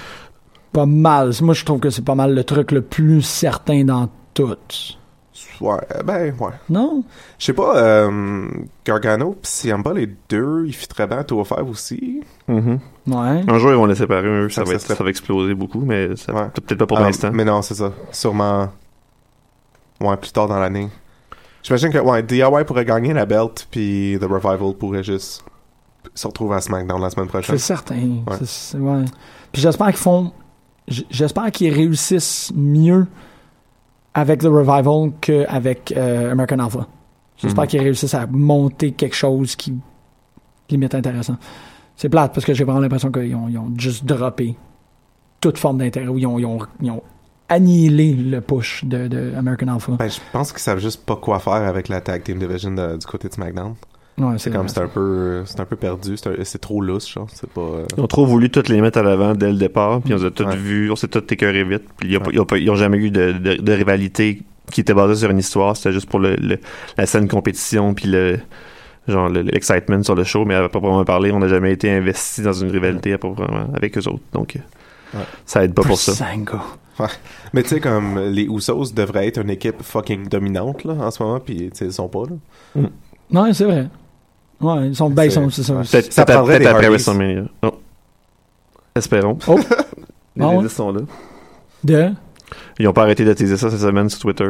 S8: Pas mal. Moi, je trouve que c'est pas mal le truc le plus certain dans tout.
S11: Ouais, euh, ben, ouais.
S8: Non?
S11: Je sais pas, euh, Gargano pis Ciampa, les deux, ils fitteraient bien à 205 aussi.
S8: Ouais.
S12: Un jour, ils vont les séparer, eux, ça,
S11: Ça
S12: va, être-
S11: serait-
S12: ça va exploser beaucoup, mais ça,
S11: Ouais.
S12: peut-être pas pour
S11: Ah,
S12: l'instant.
S11: Mais non, c'est ça. Sûrement. Ouais, plus tard dans l'année. J'imagine que, ouais, DIY pourrait gagner la belt, puis The Revival pourrait juste se retrouver à SmackDown la semaine prochaine.
S8: C'est certain.
S11: Ouais.
S8: C'est- c'est- ouais. Puis j'espère qu'ils font. j- J'espère qu'ils réussissent mieux avec The Revival qu'avec euh, American Alpha.
S11: Hmm.
S8: J'espère
S12: Mhm.
S8: qu'ils réussissent à monter quelque chose qui, qui m'est intéressant. C'est plate parce que j'ai vraiment l'impression qu'ils ont, ils ont juste droppé toute forme d'intérêt ou ils ont, ils ont- ils ont annihilé le push de, de American Alpha.
S11: Ben, je pense qu'ils savent juste pas quoi faire avec la Tag Team Division de- du côté de SmackDown.
S8: Ouais, c'est
S11: c'est comme
S8: vrai,
S11: c'est un peu c'est un peu perdu, c'est un- c'est trop lousse, genre, c'est pas euh,
S12: Ils ont trop voulu toutes les mettre à l'avant dès le départ, puis on les a toutes vues, on s'est toutes écœurées vite, puis ils ont pas- ils ont pas- ils ont jamais eu de, de- de rivalité qui était basée sur une histoire, c'était juste pour le, le- la scène compétition, puis le genre le- l'excitement sur le show, mais à proprement parler, on n'a jamais été investi dans une rivalité à proprement avec eux autres, donc euh,
S11: Ouais.
S12: ça aide pas pour ça.
S11: Ouais. Mais tu sais comme les Usos devraient être une équipe fucking dominante là en ce moment puis tu sais, ils sont pas là.
S8: Non, c'est vrai. Ouais, ils sont ben, ils sont- c'est ça.
S12: Peut-être
S11: Ça
S12: peut-être-
S11: prendrait
S12: peut-être
S11: des
S12: après
S11: Hardys.
S12: WrestleMania. Non. Espérons. les
S8: Oh. Ah ouais.
S12: indices sont là.
S8: De-
S12: Ils ont pas arrêté d'attiser ça cette semaine sur Twitter.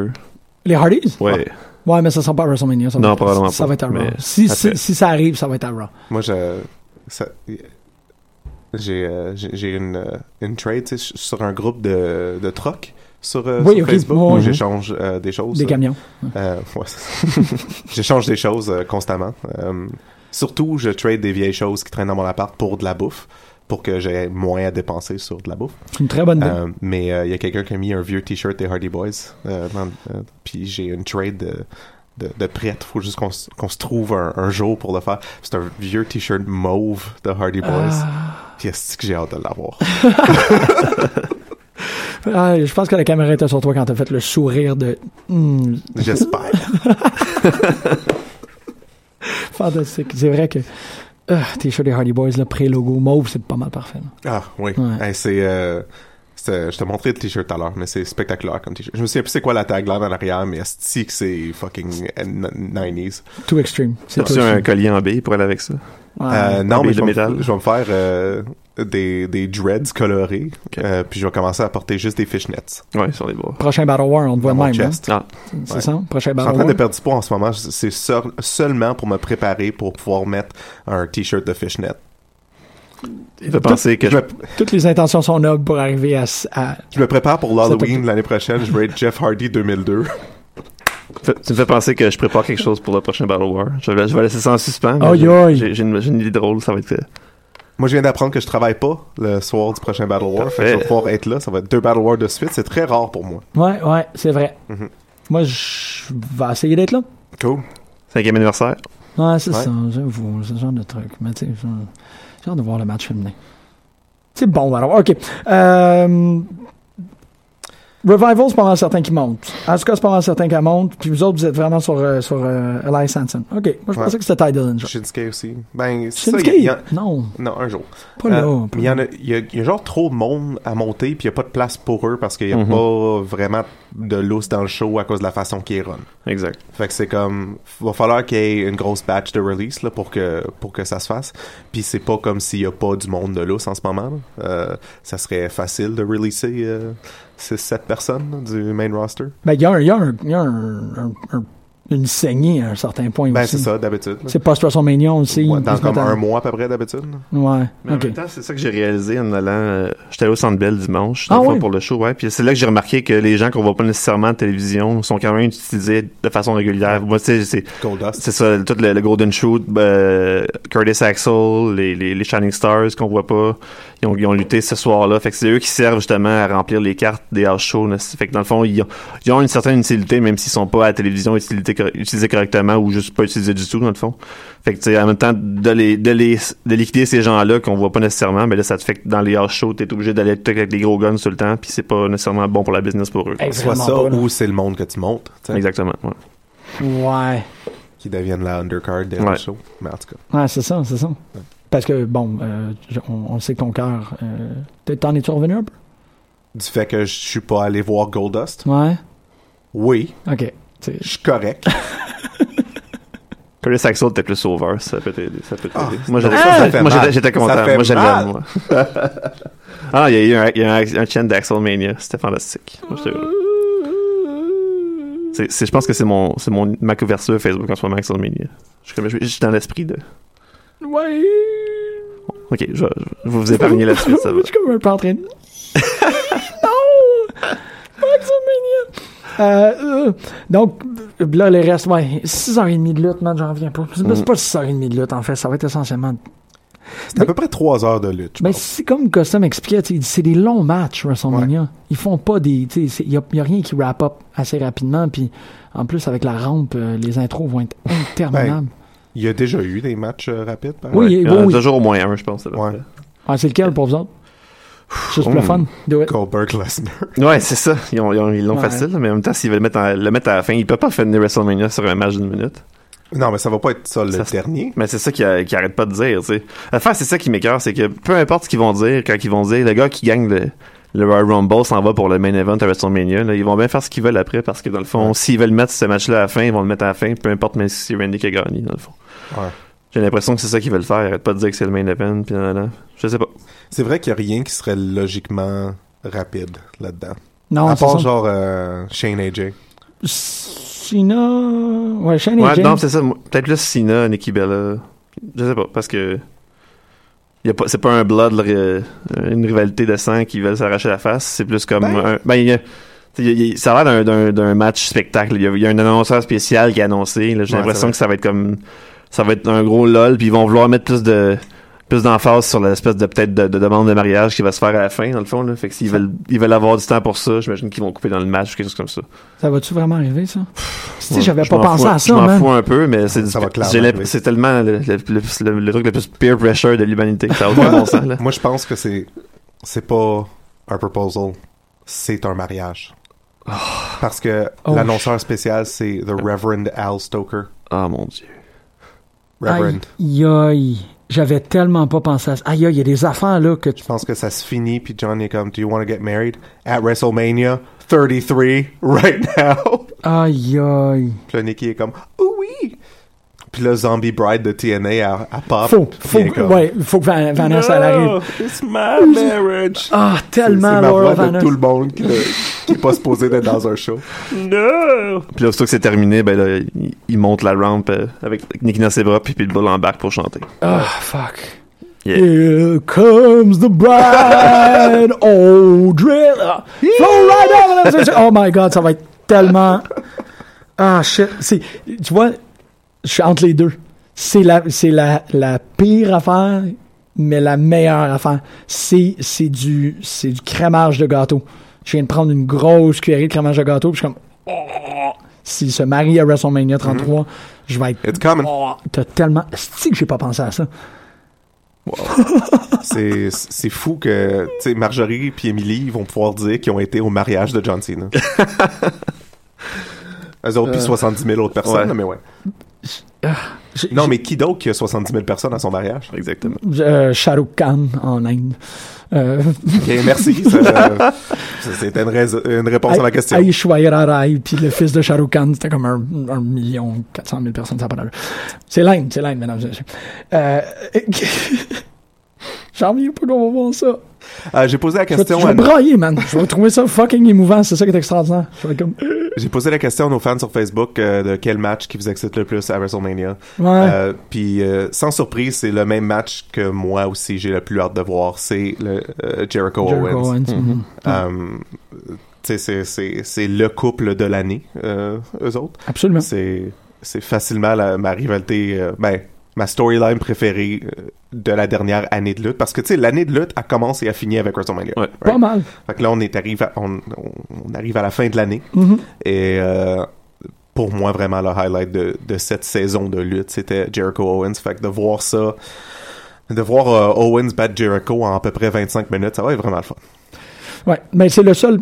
S8: Les Hardys? Ah.
S12: Ouais.
S8: Ouais, mais ça sera pas à WrestleMania. Ça va
S12: Non,
S8: être-
S12: probablement
S8: Ça
S12: pas,
S8: va être à Raw.
S12: mais
S8: Si, si,
S12: après.
S8: si ça arrive, ça va être à Raw.
S11: Moi je ça- j'ai euh, j'ai j'ai une euh, une trade tu sais, je suis sur un groupe de de troc sur, euh,
S8: Oui,
S11: sur
S8: ok.
S11: Facebook
S8: Ouais,
S11: où
S8: ouais.
S11: j'échange euh, des choses.
S8: Des
S11: euh,
S8: camions.
S11: Euh, ouais. J'échange des choses euh, constamment. Euh, surtout, je trade des vieilles choses qui traînent dans mon appart pour de la bouffe, pour que j'ai moins à dépenser sur de la bouffe.
S8: C'est une très bonne idée.
S11: Euh, mais euh, il y a quelqu'un qui a mis un vieux t-shirt des Hardy Boys. euh, dans- euh, puis j'ai une trade de, de, de prête. Faut juste qu'on, s- qu'on se trouve un, un jour pour le faire. C'est un vieux t-shirt mauve de Hardy Boys. Puis est-ce que j'ai hâte de l'avoir?
S8: Ah, je pense que la caméra était sur toi quand t'as fait le sourire de. Hmm.
S11: J'espère.
S8: Fantastique. C'est vrai que. Ah, T-shirt des Hardy Boys, le pré-logo mauve, c'est pas mal parfait. là.
S11: Ah oui. Hey, c'est, euh, c'est- je te montrais le t-shirt tout à l'heure, mais c'est spectaculaire comme t-shirt. Je me souviens plus c'est quoi la tagline en arrière, mais esti que c'est fucking euh, n- 90s.
S8: Too extreme. C'est
S12: T'as-tu
S8: too
S12: un
S8: extreme.
S12: collier en B pour aller avec ça?
S8: Ah,
S11: Euh, non,
S12: En
S11: mais
S12: bille
S11: je
S12: de
S11: vais,
S12: métal.
S11: me, je vais me faire euh, des, des dreads colorés, euh, puis je vais commencer à porter juste des fishnets.
S12: Ouais, sur les bras.
S8: Prochain Battle War, on te voit de
S11: Dans mon
S8: même. hein?
S11: chest.
S8: C'est
S11: Ouais.
S8: ça?
S11: Je
S8: Prochain
S11: suis
S8: Battle
S11: en train de
S8: War.
S11: perdre du poids en ce moment. C'est seul- seulement pour me préparer pour pouvoir mettre un t-shirt de fishnet. Il fait penser que-
S8: je me- Toutes les intentions sont nobles pour arriver à. s- à-
S11: Je me prépare pour
S8: Ça
S11: l'Halloween l'année prochaine. Je vais être Jeff Hardy 2002.
S12: Tu me fais penser que je prépare quelque chose pour le prochain Battle War. Je vais, je vais laisser ça en suspens. mais
S11: Aïe,
S12: j'ai-
S11: aïe.
S12: J'ai j'ai une, j'ai une idée drôle, ça va être.
S11: Moi, je viens d'apprendre que je travaille pas le soir du prochain Battle War. Fait que je vais pouvoir être là. Ça va être deux Battle War de suite. C'est très rare pour moi.
S8: Ouais, ouais, c'est vrai.
S11: Mm-hmm.
S8: Moi, je vais essayer d'être là.
S11: Cool.
S12: Cinquième anniversaire.
S8: Ouais, c'est
S12: Ouais.
S8: ça, j'avoue, c'est ce genre de truc. Mais tu sais, j'ai- j'ai hâte de voir le match féminin. C'est bon, alors, ok. Euh, Revival, c'est pas mal certain qu'il monte. En tout cas, c'est pas mal certain qu'elle monte. Puis vous autres, vous êtes vraiment sur, euh, sur euh, Elias Sanson. Ok, moi je
S11: Ouais.
S8: pensais que c'était Ty Dillinger.
S11: Shinsuke aussi. Ben, c'est ça,
S8: Shinsuke?
S11: il y a-
S8: Non.
S11: Non, un jour.
S8: Pas
S11: Euh,
S8: là, pas
S11: mais il y, en a, il y a- il y a genre trop de monde à monter, puis il n'y a pas de place pour eux parce qu'il n'y a
S12: Mhm.
S11: pas vraiment de lousse dans le show à cause de la façon qu'ils run.
S12: Exact.
S11: Fait que c'est comme. Va falloir qu'il y ait une grosse batch de release là, pour, que, pour que ça se fasse. Puis c'est pas comme s'il n'y a pas du monde de lousse en ce moment. là. Euh, ça serait facile de releaser euh, 6-7 personnes là, du main roster.
S8: Ben, il y a, un, il y a, un- il y a un- un- un- une saignée à un certain point
S11: Ben,
S8: aussi.
S11: c'est ça, d'habitude. là.
S8: C'est post-WrestleMania aussi. ils
S11: Dans
S8: se mettent
S11: comme
S8: à-
S11: un mois à peu près, d'habitude. là.
S8: Ouais.
S12: Mais en
S8: ok.
S12: même temps, c'est ça que j'ai réalisé en allant. euh, J'étais allé au Centre Bell dimanche, dans
S8: Ah
S12: le fond,
S8: ouais?
S12: pour le show, ouais. Puis c'est là que j'ai remarqué que les gens qu'on voit pas nécessairement à la télévision sont quand même utilisés de façon régulière. Moi, tu sais, c'est. C'est ça, tout le, le Golden Shoot, euh, Curtis Axel, les, les, les Shining Stars qu'on voit pas. Ils ont, ils ont lutté ce soir-là. Fait que c'est eux qui servent justement à remplir les cartes des house shows. là. Fait que dans le fond, ils ont, ils ont une certaine utilité, même s'ils sont pas à la télévision utilisés, cor- utilisés correctement ou juste pas utilisés du tout, dans le fond. Fait que, tu sais, en même temps, de les, de les, de liquider ces gens-là qu'on voit pas nécessairement, mais là, ça te fait que dans les house shows, t'es obligé d'aller avec les gros guns tout le temps, puis c'est pas nécessairement bon pour la business pour eux.
S11: Soit ça, ou c'est le monde que tu montes. tu sais.
S12: Exactement, ouais.
S8: Ouais.
S11: Qui deviennent la undercard des
S12: Ouais.
S11: shows. Mais en tout cas.
S8: Ouais, c'est ça, c'est ça. Parce que, bon, euh, je- on, on sait que ton cœur. euh, t'es- T'en es-tu revenu un peu?
S11: Du fait que je suis pas allé voir Goldust.
S8: Ouais.
S11: Oui.
S8: Ok.
S11: Je suis correct.
S12: Ah. Curtis Axel était plus sauveur, ça peut t'aider. Ça peut t'aider. moi,
S11: non,
S12: j'étais,
S11: ça, ça fait
S12: moi,
S11: mal.
S12: j'étais, j'étais
S11: Ça
S12: content.
S11: fait
S12: Moi, j'aime bien,
S11: mal.
S12: moi. ah, il y a eu un, il y a un, un chant d'Axel Mania. C'était fantastique. Moi, j'étais heureux. c'est, c'est, je pense que c'est, mon, c'est mon, ma couverture Facebook en ce moment, Axel Mania. Je, suis comme- je- je suis dans l'esprit de.
S8: Ouais.
S12: Ok, je, je- vous vous épargnez la suite, ça va.
S8: Je suis comme un peu en train de. non! Fuck, c'est mignon! Euh, euh, donc, euh, là, le reste, ouais, 6h30 de lutte, man, j'en reviens pas. C'est c'est pas
S12: Mm.
S8: 6h30 de lutte, en fait, ça va être essentiellement.
S11: C'est à peu près 3 heures de lutte.
S8: Mais Ben, c'est comme Costa m'expliquait, tu sais, il dit, c'est des longs matchs, WrestleMania. Ils font pas des. Il y, a- y a rien qui wrap up assez rapidement, puis en plus, avec la rampe, euh, les intros vont être interminables.
S11: Il y a déjà eu des matchs euh, rapides. par
S12: Ben,
S8: Oui,
S11: exemple.
S8: il y a- oui, oui.
S12: Toujours au moins un, je pense. c'est parfait.
S8: Ah, c'est lequel pour vous autres? Juste pour le fun. Do it.
S11: Goldberg Lesnar.
S12: Ouais, c'est ça. Ils ont- ils ont- ils l'ont
S8: Ouais.
S12: facile, mais en même temps, s'ils veulent le mettre, en- le mettre à la fin, ils peuvent pas faire une WrestleMania sur un match d'une minute.
S11: Non, mais ça va pas être ça le
S12: dernier. Mais c'est ça qu'ils arrêtent arrête pas de dire, tu sais. L'affaire, c'est ça qui m'écœure, c'est que peu importe ce qu'ils vont dire, quand ils vont dire, le gars qui gagne le, le Royal Rumble s'en va pour le main event à WrestleMania, là, ils vont bien faire ce qu'ils veulent après, parce que dans le fond, s'ils veulent mettre ce match-là à la fin, ils vont le mettre à la fin, peu importe même si c'est Randy qui a gagné, dans le fond.
S11: Ouais.
S12: J'ai l'impression que c'est ça qu'ils veulent faire, ils arrêtent pas de dire que c'est le main event, puis là, là. Je sais pas.
S11: C'est vrai qu'il y a rien qui serait logiquement rapide là-dedans.
S8: Non,
S11: À
S8: Ah, c'est
S11: part
S8: ça.
S11: genre euh, Shane AJ.
S8: Sinon. Ouais, Shane et
S12: Ouais,
S8: James.
S12: non, c'est ça. moi, Peut-être plus Sina, Nikki Bella. Je sais pas, parce que. y a pas- C'est pas un blood, là, euh, une rivalité de sang qui veulent s'arracher la face. C'est plus comme un. Ben, y a- t'sais, y a- y- ça a l'air d'un- d'un- d'un match spectacle. Il y, a- y a un annonceur spécial qui a annoncé. là, J'ai
S11: Ouais, c'est
S12: l'impression
S11: vrai.
S12: que ça va être comme. Ça va être un gros lol, puis ils vont vouloir mettre plus de plus d'emphase sur l'espèce de peut-être de, de demande de mariage qui va se faire à la fin dans le fond là. fait que s'ils veulent ils veulent avoir du temps pour ça j'imagine qu'ils vont couper dans le match ou quelque chose comme ça
S8: Ça va-tu vraiment arriver, ça? si,
S12: Ouais,
S8: j'avais
S12: je
S8: pas
S12: m'en
S8: pensé
S12: fous-
S8: à
S12: Je
S8: ça,
S12: m'en
S8: man.
S12: fous un peu, mais c'est du-
S11: va clairement
S12: j'ai l'imp-
S11: arriver.
S12: c'est tellement le, le- le- le- le truc le plus peer pressure de l'humanité que ça a aucun
S11: Moi-
S12: Ah, bon sens. Là.
S11: Moi, je pense que c'est c'est pas un proposal, c'est un mariage. Parce que
S12: Ah. Oh,
S11: l'annonceur spécial, c'est The Reverend Al Stoker.
S12: Ah mon dieu.
S11: Reverend.
S8: Aïe, aïe. J'avais tellement pas pensé à ça. Aïe, aïe, il y a des affaires, là, que tu.
S11: Je pense que ça se finit, puis John est comme, Do you want to get married? At WrestleMania 33, right now.
S8: Aïe, aïe.
S11: Puis là, Nikki est comme, Oh oui! Puis le Zombie Bride de TNA, elle, elle pop.
S8: Faut,
S11: puis
S8: faut,
S11: elle est
S8: que-
S11: comme,
S8: ouais, faut que Van- Vanessa, elle
S11: No,
S8: arrive.
S11: It's my marriage.
S8: Ah,
S11: C'est
S8: tellement,
S11: ma voix
S8: Laura
S11: de tout
S8: Vanessa.
S11: le monde qui, qui est pas supposé d'être dans un show.
S12: Non! Puis là, aussitôt que c'est terminé, ben là, il, il monte la rampe euh, avec Nick Nasebra puis Pitbull en bac pour chanter.
S8: Ah, fuck. Here comes the bride, oh drill, flow right over the- Oh my god, ça va être tellement. Ah shit, c'est, tu vois, je suis entre les deux. C'est la, c'est la, la pire affaire, mais la meilleure affaire. C'est, c'est du, c'est du crémage de gâteau. Je viens de prendre une grosse cuillerée de crémage de gâteau, puis je suis comme, oh, s'il se marie à WrestleMania 33, je vais être.
S11: Mm-hmm. It's
S12: Ah.
S11: coming.
S8: Oh, t'as tellement. cest que j'ai pas pensé à ça?
S11: C'est c'est fou que tu sais, Marjorie et Emily ils vont pouvoir dire qu'ils ont été au mariage de John Cena. Eux autres, puis
S8: Euh.
S11: 70 000 autres personnes,
S8: Ouais.
S11: mais ouais. Non, mais qui d'autre qui a 70 000 personnes à son mariage? Exactement.
S8: Euh, Shah Rukh Khan en Inde. Euh...
S11: Ok, merci. Ça- ça- C'était une, rais- une réponse à ma question.
S8: Aishwarya Rai, puis le fils de Shah Rukh Khan, c'était comme un, un million, 400 000 personnes, ça n'a pas d'allure. C'est l'Inde, c'est l'Inde, mesdames et messieurs. Euh... J'en viens pas qu'on va voir ça.
S11: Euh, J'ai posé la
S8: Je vais,
S11: question
S8: je vais
S11: à
S8: brailler, man. Je vais trouver ça fucking émouvant, c'est ça qui est extraordinaire. Je vais être comme...
S11: J'ai posé la question à nos fans sur Facebook euh, de quel match qui vous excite le plus à WrestleMania.
S8: Ouais.
S11: Euh, Puis, euh, sans surprise, c'est le même match que moi aussi j'ai le plus hâte de voir. C'est le euh, Jericho,
S8: Jericho
S11: Owens.
S8: Owens, mhm.
S11: Euh, tu sais, c'est- c'est c'est le couple de l'année, euh, eux autres.
S8: Absolument.
S11: C'est c'est facilement la- ma rivalité, euh, ben, ma storyline préférée euh, de la dernière année de lutte. Parce que, tu sais, l'année de lutte, elle commence et elle finit avec WrestleMania.
S8: Pas mal.
S11: Fait que là, on, est arrive à, on, on- on arrive à la fin de l'année.
S8: Mhm.
S11: Et euh, pour moi, vraiment, le highlight de, de cette saison de lutte, c'était Jericho Owens. Fait que de voir ça, de voir euh, Owens battre Jericho en à peu près 25 minutes, ça va être vraiment le fun.
S8: Ouais, mais c'est le seul.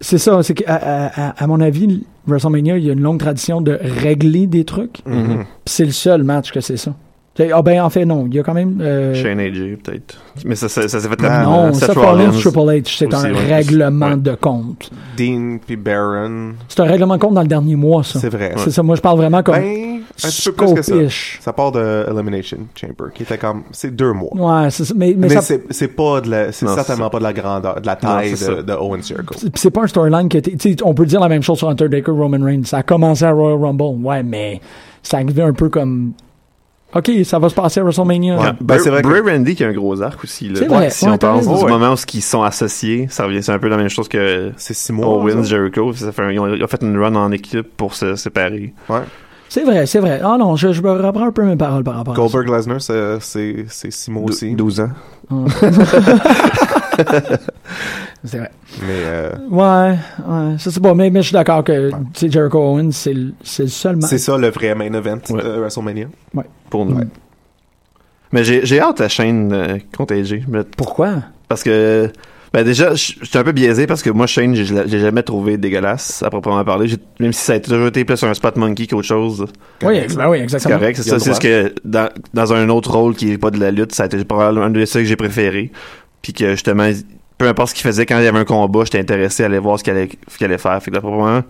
S8: C'est ça, c'est qu'à à, à- à mon avis, WrestleMania, il y a une longue tradition de régler des trucs.
S12: Mhm.
S8: Puis C'est le seul match que c'est ça. C'est- Ah ben en fait non, il y a quand même. euh,
S12: Shane AJ, peut-être. Mais ça, ça, ça s'est fait
S8: non,
S12: Ah, Seth
S8: Seth Rollins, Triple H, c'est un
S12: Aussi, ouais.
S8: règlement de compte.
S11: Dean puis Baron.
S8: C'est un règlement de compte dans le dernier mois, ça.
S11: C'est vrai.
S8: C'est
S11: Ouais.
S8: ça, moi je parle vraiment comme.
S11: Ben, un petit peu plus que ça.
S8: scopish.
S11: Ça part de Elimination Chamber, qui était comme. C'est deux mois.
S8: Ouais, c'est ça. Mais, mais
S11: Mais,
S8: ça-
S11: c'est c'est pas de la- c'est
S12: Non, c'est
S11: certainement pas de la grandeur, de la taille
S12: Non, c'est
S11: de,
S12: ça.
S11: de Owens Jericho.
S8: Pis c'est pas un storyline qui était. tu sais, On peut dire la même chose sur Undertaker, Roman Reigns. Ça a commencé à Royal Rumble, ouais, mais ça arrivait un peu comme. Ok, ça va se passer à WrestleMania.
S12: Ouais. Ben, c'est vrai que... Bray Randy qui a un gros arc aussi. Là.
S8: C'est vrai.
S12: Si
S8: Ouais,
S12: on
S8: t'as
S12: pense
S8: raison.
S12: du
S8: Ouais.
S12: moment où ils sont associés, ça revient, c'est un peu la même chose que Owens, Jericho. Ça fait un- ils, ont, ils ont fait une run en équipe pour se séparer.
S8: C'est vrai, c'est vrai. Ah non, je, je me reprends un peu mes paroles par rapport à ça.
S11: Goldberg Lesnar, c'est c'est- c'est six mois aussi.
S12: 12 ans.
S8: c'est vrai.
S11: Mais euh,
S8: Ouais, ouais, ça c'est bon, mais, mais je suis d'accord que tu sais, Jericho Owens, c'est le c'est le seul match.
S11: c'est ça le vrai main event de WrestleMania.
S8: Ouais.
S12: Pour nous. Mais j'ai j'ai hâte à Shane euh, contre AJ. mais-
S8: Pourquoi?
S12: Parce que. Ben déjà, je je suis un peu biaisé parce que moi, Shane, je l'ai je l'ai jamais trouvé dégueulasse à proprement parler. J'ai- Même si ça a toujours été plus un spot monkey qu'autre chose.
S8: Oui, ex- ben oui,
S12: C'est
S8: exactement.
S12: correct, c'est
S8: Il
S12: ça.
S8: a
S12: C'est
S8: le
S12: juste que dans, dans un autre rôle qui est pas de la lutte, ça a été probablement un de ceux que j'ai préféré. Puis que justement, peu importe ce qu'il faisait quand il y avait un combat, j'étais intéressé à aller voir ce qu'il allait, ce qu'il allait faire. Fait que là, probablement,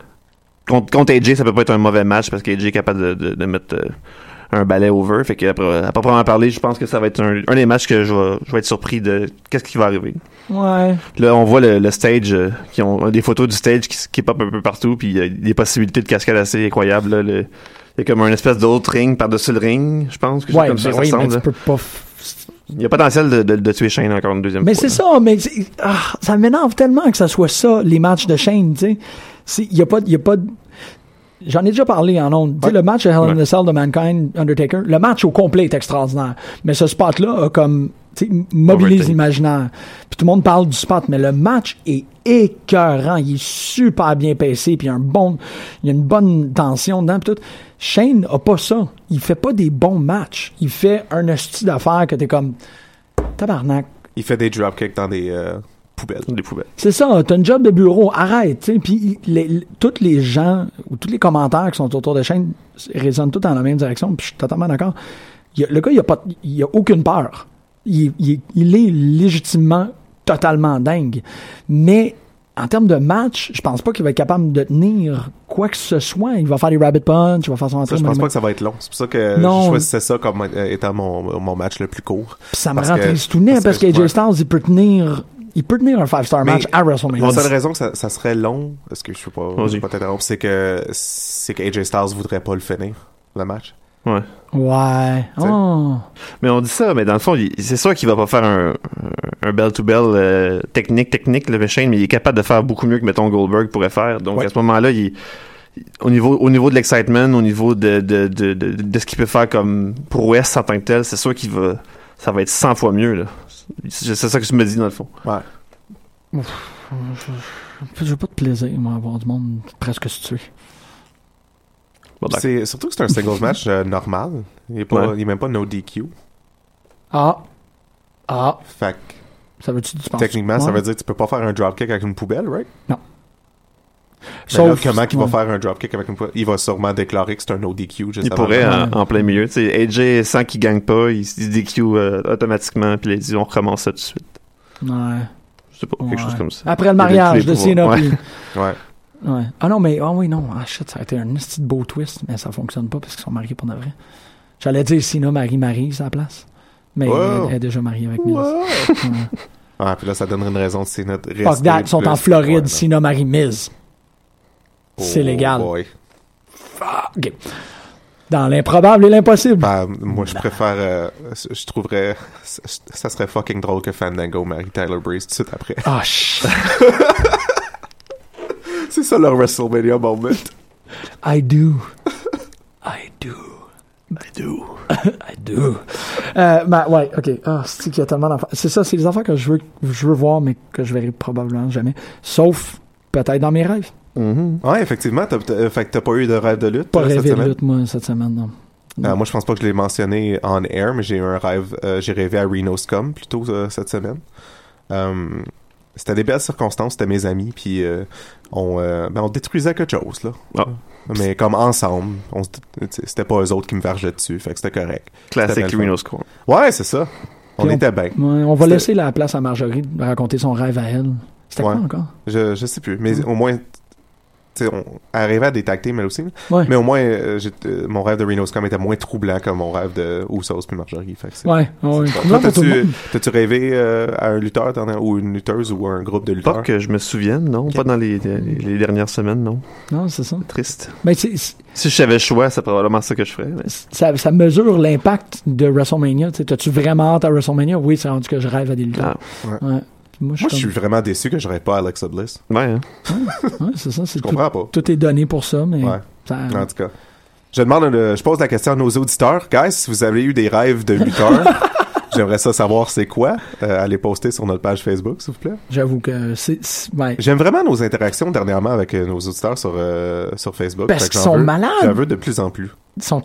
S12: contre, contre AJ, ça peut pas être un mauvais match parce qu'AJ est capable de, de- de mettre euh, un balai over. Fait que après, à proprement parler, je pense que ça va être un, un des matchs que je vais, je vais être surpris de qu'est-ce qui va arriver.
S8: Ouais.
S12: Puis Là, on voit le, le stage, euh, qui ont des photos du stage qui, s- qui pop un peu partout, puis il y a des possibilités de cascade assez incroyables. là. Le- il y a comme un espèce d'autre ring par-dessus le ring, je pense. Que
S8: Ouais,
S12: comme ça,
S8: ben
S12: ça
S8: oui, mais
S12: ressemble,
S8: tu
S12: là.
S8: peux pas. f-
S12: Il y a potentiel de, de, de tuer Shane encore une deuxième
S8: Mais
S12: fois.
S8: c'est ça, mais c'est- ah, ça m'énerve tellement que ça soit ça, les matchs de Shane, tu sais. C'est- Il n'y a pas, de- il y a pas de- J'en ai déjà parlé en ondes. Tu sais, Le match de Hell in a Cell de Mankind, Undertaker, le match au complet est extraordinaire. Mais ce spot-là a comme tu sais, m- mobilise
S12: Overtake.
S8: l'imaginaire. Puis tout le monde parle du spot, mais le match est écœurant. Il est super bien pacé, puis il y a, un bon, il y a une bonne tension dedans. puis tout. Shane a pas ça. Il fait pas des bons matchs. Il fait un hostie d'affaires que t'es comme... Tabarnak,
S11: Il fait des dropkicks dans des euh, poubelles.
S12: Des poubelles.
S8: c'est ça, t'as une job de bureau, arrête, tu sais. Puis les- les- tous les gens ou tous les commentaires qui sont autour de chaîne résonnent tous dans la même direction, puis je suis totalement d'accord. Il y a- le gars, il a, pas, il a aucune peur. Il, il- il est légitimement totalement dingue. Mais en termes de match, je pense pas qu'il va être capable de tenir quoi que ce soit. Il va faire des rabbit punch, il va faire son
S11: Ça,
S8: entrée.
S11: je
S8: mais-
S11: pense pas que ça va être long. C'est pour ça que
S8: Non.
S11: je choisissais ça comme euh, étant mon, mon match le plus court.
S8: Puis ça me
S11: Parce
S8: rend
S11: que-
S8: triste tout net hein, parce, que AJ
S11: ouais.
S8: Styles, il peut tenir, il peut tenir un five-star
S11: Mais
S8: match à WrestleMania.
S11: La seule raison que ça, ça serait long, parce que je ne pas, je
S12: Vas-y.
S11: peux pas t'interrompre, c'est que c'est que AJ Styles voudrait pas le finir, le match.
S12: Ouais.
S8: Ouais. Oh.
S12: Mais on dit ça, mais dans le fond, il- c'est sûr qu'il va pas faire un, un bell-to-bell euh, technique, technique, le Shane, mais il est capable de faire beaucoup mieux que, mettons, Goldberg pourrait faire. Donc,
S11: Ouais.
S12: à ce moment-là, il, il- au, niveau, au niveau de l'excitement, au niveau de, de, de, de, de ce qu'il peut faire comme prouesse en tant que tel, c'est sûr qu'il va, ça va être 100 fois mieux. là. C'est c'est ça que je me dis, dans le fond.
S11: Ouais.
S8: Ouf, je- je- J'ai pas de plaisir, moi, à voir du monde presque se tuer.
S11: C'est surtout que c'est un singles match euh, normal. Il est, pas,
S12: Ouais.
S11: il est même pas no DQ.
S8: Ah. Ah.
S11: Fait que
S8: Ça veut-tu tu penses-
S11: techniquement, ça
S8: Ouais.
S11: veut dire que tu peux pas faire un dropkick avec une poubelle, right?
S8: Non.
S11: Mais là,
S8: Sauf-
S11: comment qu'il
S8: ouais.
S11: va faire un dropkick avec une poubelle? Il va sûrement déclarer que c'est un no DQ juste
S12: Il
S11: avant.
S12: pourrait en, en plein milieu. Tu sais, AJ, sans qu'il gagne pas, il se DQ euh, automatiquement, puis il dit on recommence ça tout de suite.
S8: Ouais.
S12: Je sais pas, quelque
S8: Ouais.
S12: chose comme ça.
S8: Après le
S12: Il y avait tous
S8: mariage
S12: les
S8: de Cena,
S12: pouvoirs.
S8: puis-
S11: Ouais.
S8: Ouais. Ah non, mais. Ah oui, non. Ah shit, ça a été un petit beau twist, mais ça fonctionne pas parce qu'ils sont mariés pour de vrai. J'allais dire Sina Marie-Marie, sa place. Mais
S11: Oh.
S8: elle est déjà mariée avec Miz. Ouais.
S11: Ah, puis là, ça donnerait une raison de Cena de
S8: Fuck
S11: rester
S8: that, ils sont
S11: plus-
S8: en Floride, Sina Marie-Miz. C'est
S11: Oh
S8: légal.
S11: boy.
S8: Ok. Dans l'improbable et l'impossible.
S11: Ben, moi, je préfère. euh, je trouverais. Ça serait fucking drôle que Fandango marie Tyler Breeze tout de suite après.
S8: Ah, shit.
S11: C'est ça leur WrestleMania moment.
S8: I do. I do. I do. I do. Euh, ben, ouais, ok. Ah, c'est qu'il y a tellement d'affaires. C'est ça, c'est les affaires que je veux, je veux voir, mais que je verrai probablement jamais. Sauf, peut-être dans mes rêves.
S11: Ouais, effectivement. T'as, t'as- euh, fait que t'as pas eu de rêve de lutte
S8: Pas
S11: euh, cette
S8: rêver de
S11: semaine?
S8: lutte, moi, cette semaine, non.
S11: Euh, moi, je pense pas que je l'ai mentionné en air, mais j'ai eu un rêve. euh, j'ai rêvé à Reno Scum plutôt euh, cette semaine. Euh, c'était des belles circonstances, c'était mes amis, puis euh, on, euh, ben, on détruisait quelque chose, là. Mais comme ensemble, on se- tu sais, c'était pas eux autres qui me vargeaient dessus, fait que c'était correct.
S12: Classique
S11: C'était bien le
S12: Reno Scum.
S11: fun. Ouais, c'est ça. On
S8: Puis
S11: était bien.
S8: Ouais, on va
S11: C'était-
S8: laisser la place à Marjorie de raconter son rêve à elle. C'était
S11: Ouais.
S8: quoi encore?
S11: Je, je sais plus, mais
S8: Mm.
S11: au moins, tu sais, on arrivait à détecter, mais aussi. là.
S8: Ouais.
S11: Mais au moins, euh, j'ai- euh, mon rêve de Reno Scum était moins troublant que mon rêve de Usos puis Marjorie. Fait que c'est-
S8: Ouais,
S11: c'est
S8: ouais,
S11: pas-
S8: troublant
S11: Toi,
S8: pour tout le
S11: T'as-tu
S8: monde.
S11: t'as-tu rêvé euh, à un lutteur t'en- ou une lutteuse ou un groupe de lutteurs?
S8: euh,
S12: Pas que je me souvienne, non. Pas dans les, les- les dernières semaines, non.
S8: Non, c'est ça.
S12: Triste.
S8: Mais c'est- c'est-
S12: Si j'avais le choix, c'est probablement ça que je ferais. mais-
S8: ça, ça mesure l'impact de WrestleMania. tu sais. T'as-tu vraiment hâte à WrestleMania? Oui, c'est rendu que je rêve à des lutteurs.
S11: Ouais.
S8: Ouais. Puis Moi, je
S11: Ah. Moi, je suis
S8: suis
S11: vraiment déçu que je rêve pas à Alexa Bliss.
S12: Ouais,
S8: comme- Ouais, c'est ça. c'est
S11: Je
S8: tout-
S11: comprends pas.
S8: Tout est donné pour ça, mais
S11: Ouais.
S8: ça-
S11: En tout cas, je demande, le- je pose la question à nos auditeurs. Guys, si vous avez eu des rêves de lutteurs, j'aimerais ça savoir c'est quoi. Euh, allez poster sur notre page Facebook, s'il vous plaît.
S8: j'avoue que c'est. c'est- ben, ouais.
S11: J'aime vraiment nos interactions dernièrement avec euh, nos auditeurs sur, euh, sur Facebook.
S8: Parce
S11: Fait que
S8: qu'ils
S11: j'en
S8: sont
S11: veux-
S8: malades.
S11: J'en veux de plus en plus.
S8: Ils sont.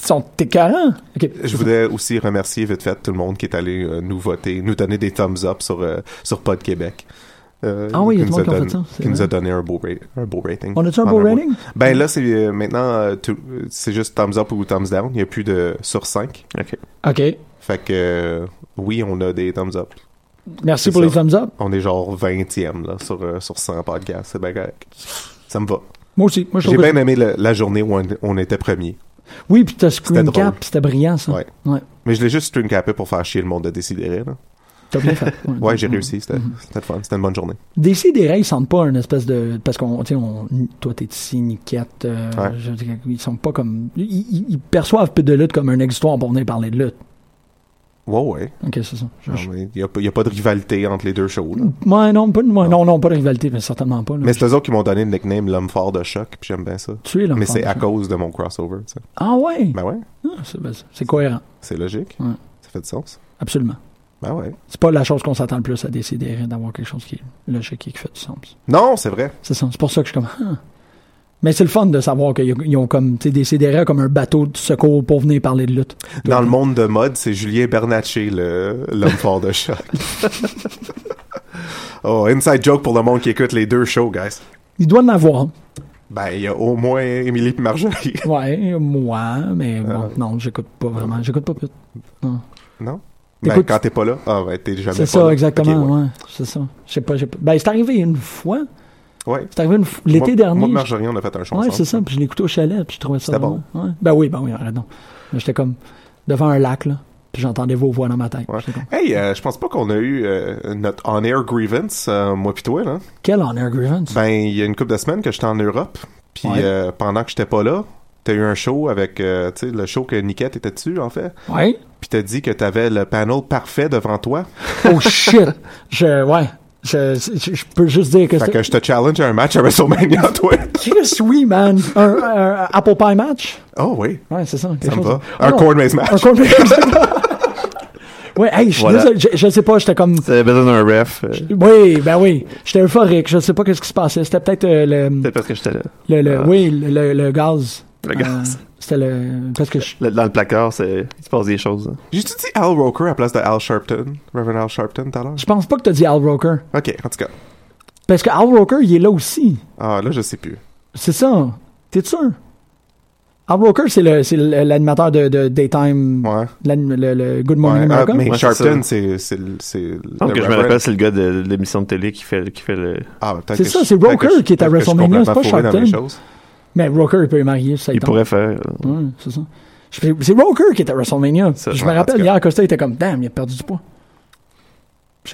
S8: Ils sont écœurants. Ok.
S11: Je voudrais aussi remercier vite fait tout le monde qui est allé euh, nous voter, nous donner des thumbs up sur, euh, sur Pod Québec. Euh,
S8: Ah oui, il y a
S11: qui
S8: du
S11: nous
S8: monde qui a
S11: donné-
S8: fait ça, c'est
S11: Qui nous
S8: vrai.
S11: a donné un beau, ra- un beau rating.
S8: On a-tu un
S11: En
S8: beau
S11: mois.
S8: rating?
S11: Ben là, c'est euh, maintenant, euh, tout- euh, c'est juste thumbs up ou thumbs down. Il n'y a plus de sur 5.
S8: OK.
S11: Fait que euh, oui, on a des thumbs up.
S8: Merci
S11: C'est
S8: pour les
S11: ça.
S8: thumbs up.
S11: On est genre 20e là, sur, euh, sur 100 podcasts. C'est bien correct. Ça me va.
S8: Moi aussi. Moi, je
S11: J'ai
S8: trouve
S11: bien
S8: que-
S11: aimé le- la journée où on, on était premier.
S8: Oui, puis t'as screen
S11: C'était drôle.
S8: cap, c'était brillant, ça.
S11: Ouais.
S8: Ouais.
S11: Mais je l'ai juste stream capé pour faire chier le monde de décider.
S8: T'as bien fait. Mhm.
S11: Ouais, j'ai réussi. C'était c'était le fun. C'était une bonne journée.
S8: Décidérés, ils sentent pas une espèce de. Parce qu'on. Tu sais, on- toi, t'es ici, Niquette. euh,
S11: Ouais.
S8: je veux dire, ils sont pas comme. Ils, ils- ils perçoivent peu de lutte comme un exutoire pour venir parler de lutte.
S11: Ouais, ouais. Ah
S8: Ok, c'est ça. Je- je-
S11: Il n'y a, pas- y a pas de rivalité entre les deux shows. là.
S8: Ouais, non, pas, de- ouais, non, non, pas de rivalité, mais certainement pas. là.
S11: Mais c'est eux autres qui m'ont donné le nickname L'homme fort de choc, puis j'aime bien ça.
S8: Tu es l'homme
S11: Mais
S8: fort
S11: c'est
S8: de
S11: à
S8: choc.
S11: cause de mon crossover, tu sais.
S8: Ah ouais?
S11: Ben ouais,
S8: Ah, c'est- ben, c'est cohérent,
S11: c'est logique.
S8: Ouais.
S11: Ça fait du sens.
S8: absolument.
S11: Ben ouais.
S8: C'est pas la chose qu'on s'attend le plus à décider d'avoir quelque chose qui est logique et qui fait du sens.
S11: Non, c'est vrai.
S8: C'est ça. C'est pour ça que je suis comme. Ah. Mais c'est le fun de savoir qu'ils ils ont comme. Tu sais, décidérés comme un bateau de secours pour venir parler de lutte.
S11: Dans le monde de mode, c'est Julien Bernatchez, le- l'homme fort de choc. oh, inside joke pour le monde qui écoute les deux shows, guys.
S8: Il doit en avoir.
S11: Ben, il y a au moins Émilie et Marjorie.
S8: Ouais, moi, mais bon, non, j'écoute pas vraiment. J'écoute pas plus. Non.
S11: Ah. Non? Ben,
S8: T'écoutes-
S11: quand t'es pas là, ah ben, t'es jamais
S8: C'est
S11: pas
S8: ça,
S11: là.
S8: exactement,
S11: Ok, ouais.
S8: ouais. C'est ça. Je sais pas, j'ai pas. Ben, c'est arrivé une fois.
S11: Ouais.
S8: C'est arrivé une fois. L'été
S11: Moi-
S8: dernier.
S11: Moi, et
S8: je-
S11: Marjorie, on a fait un show
S8: Ouais,
S11: ensemble.
S8: c'est ça. Puis je l'écoutais au chalet, puis je trouvais ça
S11: C'était
S8: vraiment- ouais. Ben oui, ben oui, arrête donc. Mais j'étais comme devant un lac, là. Puis j'entendais vos voix dans ma tête. J'étais comme,
S11: Hey, euh, je pense pas qu'on a eu euh, notre on-air grievance, euh, moi pis toi, là.
S8: Quel honor grievance.
S11: Ben, il y a une couple de semaines que j'étais en Europe, puis
S8: Ouais.
S11: euh, pendant que j'étais pas là, t'as eu un show avec, euh, tu sais, le show que Niket était dessus, en fait.
S8: Ouais.
S11: Puis t'as dit que t'avais le panel parfait devant toi.
S8: Oh shit! Je, ouais. Je, je, je peux juste dire que
S11: Fait
S8: c'est-
S11: que je te challenge à un match à WrestleMania, toi.
S8: Chris, oui, man. Un, un apple pie match.
S11: Oh oui.
S8: Ouais, c'est ça. quelque
S11: Ça me
S8: chose.
S11: va.
S8: Ah
S11: Un
S8: non,
S11: corn maze
S8: Un
S11: match.
S8: corn maze. ouais, hey, je suis
S12: Voilà.
S8: désolé, je, je sais pas, j'étais comme.
S12: T'avais besoin d'un ref. euh,
S8: Oui, ben oui. J'étais euphorique. Je sais pas qu'est-ce qui se passait. C'était peut-être euh, le,
S12: Peut-être parce que j'étais là. Ah.
S8: le, le- oui, le, le- le gaz. Euh,
S12: Le gaz.
S8: C'était le. Parce que je-
S12: Le- Dans le placard, c'est- il se passe des choses.
S11: J'ai-tu dit Al Roker à place de Al Sharpton? Reverend Al Sharpton, tout à l'heure?
S8: je pense pas que t'as dit Al Roker.
S11: Ok, en tout cas.
S8: Parce que Al Roker, il est là aussi.
S11: Ah, là, je sais plus.
S8: C'est ça. T'es sûr? Al Roker, c'est le- c'est le- l'animateur de, de Daytime. l'anim- Le, le Good
S11: Ouais,
S8: Morning
S11: ah,
S8: America.
S11: mais
S12: Ouais,
S11: Sharpton,
S12: c'est
S11: c'est. c'est le- c'est le
S12: Donc, que je me
S11: Reverend.
S12: rappelle, c'est le gars de, de l'émission de télé qui fait, qui fait le.
S11: Ah,
S8: C'est ça, c'est Roker qui est à WrestleMania, c'est pas Sharpton. Mais Roker, il peut y marier, ça
S12: Il
S8: tombe.
S12: pourrait faire.
S8: Ouais, c'est ça. Je fais- C'est Roker qui est à WrestleMania. je me
S11: ouais, en
S8: rappelle,
S11: tout cas.
S8: hier, Costa était comme, damn, il a perdu du poids.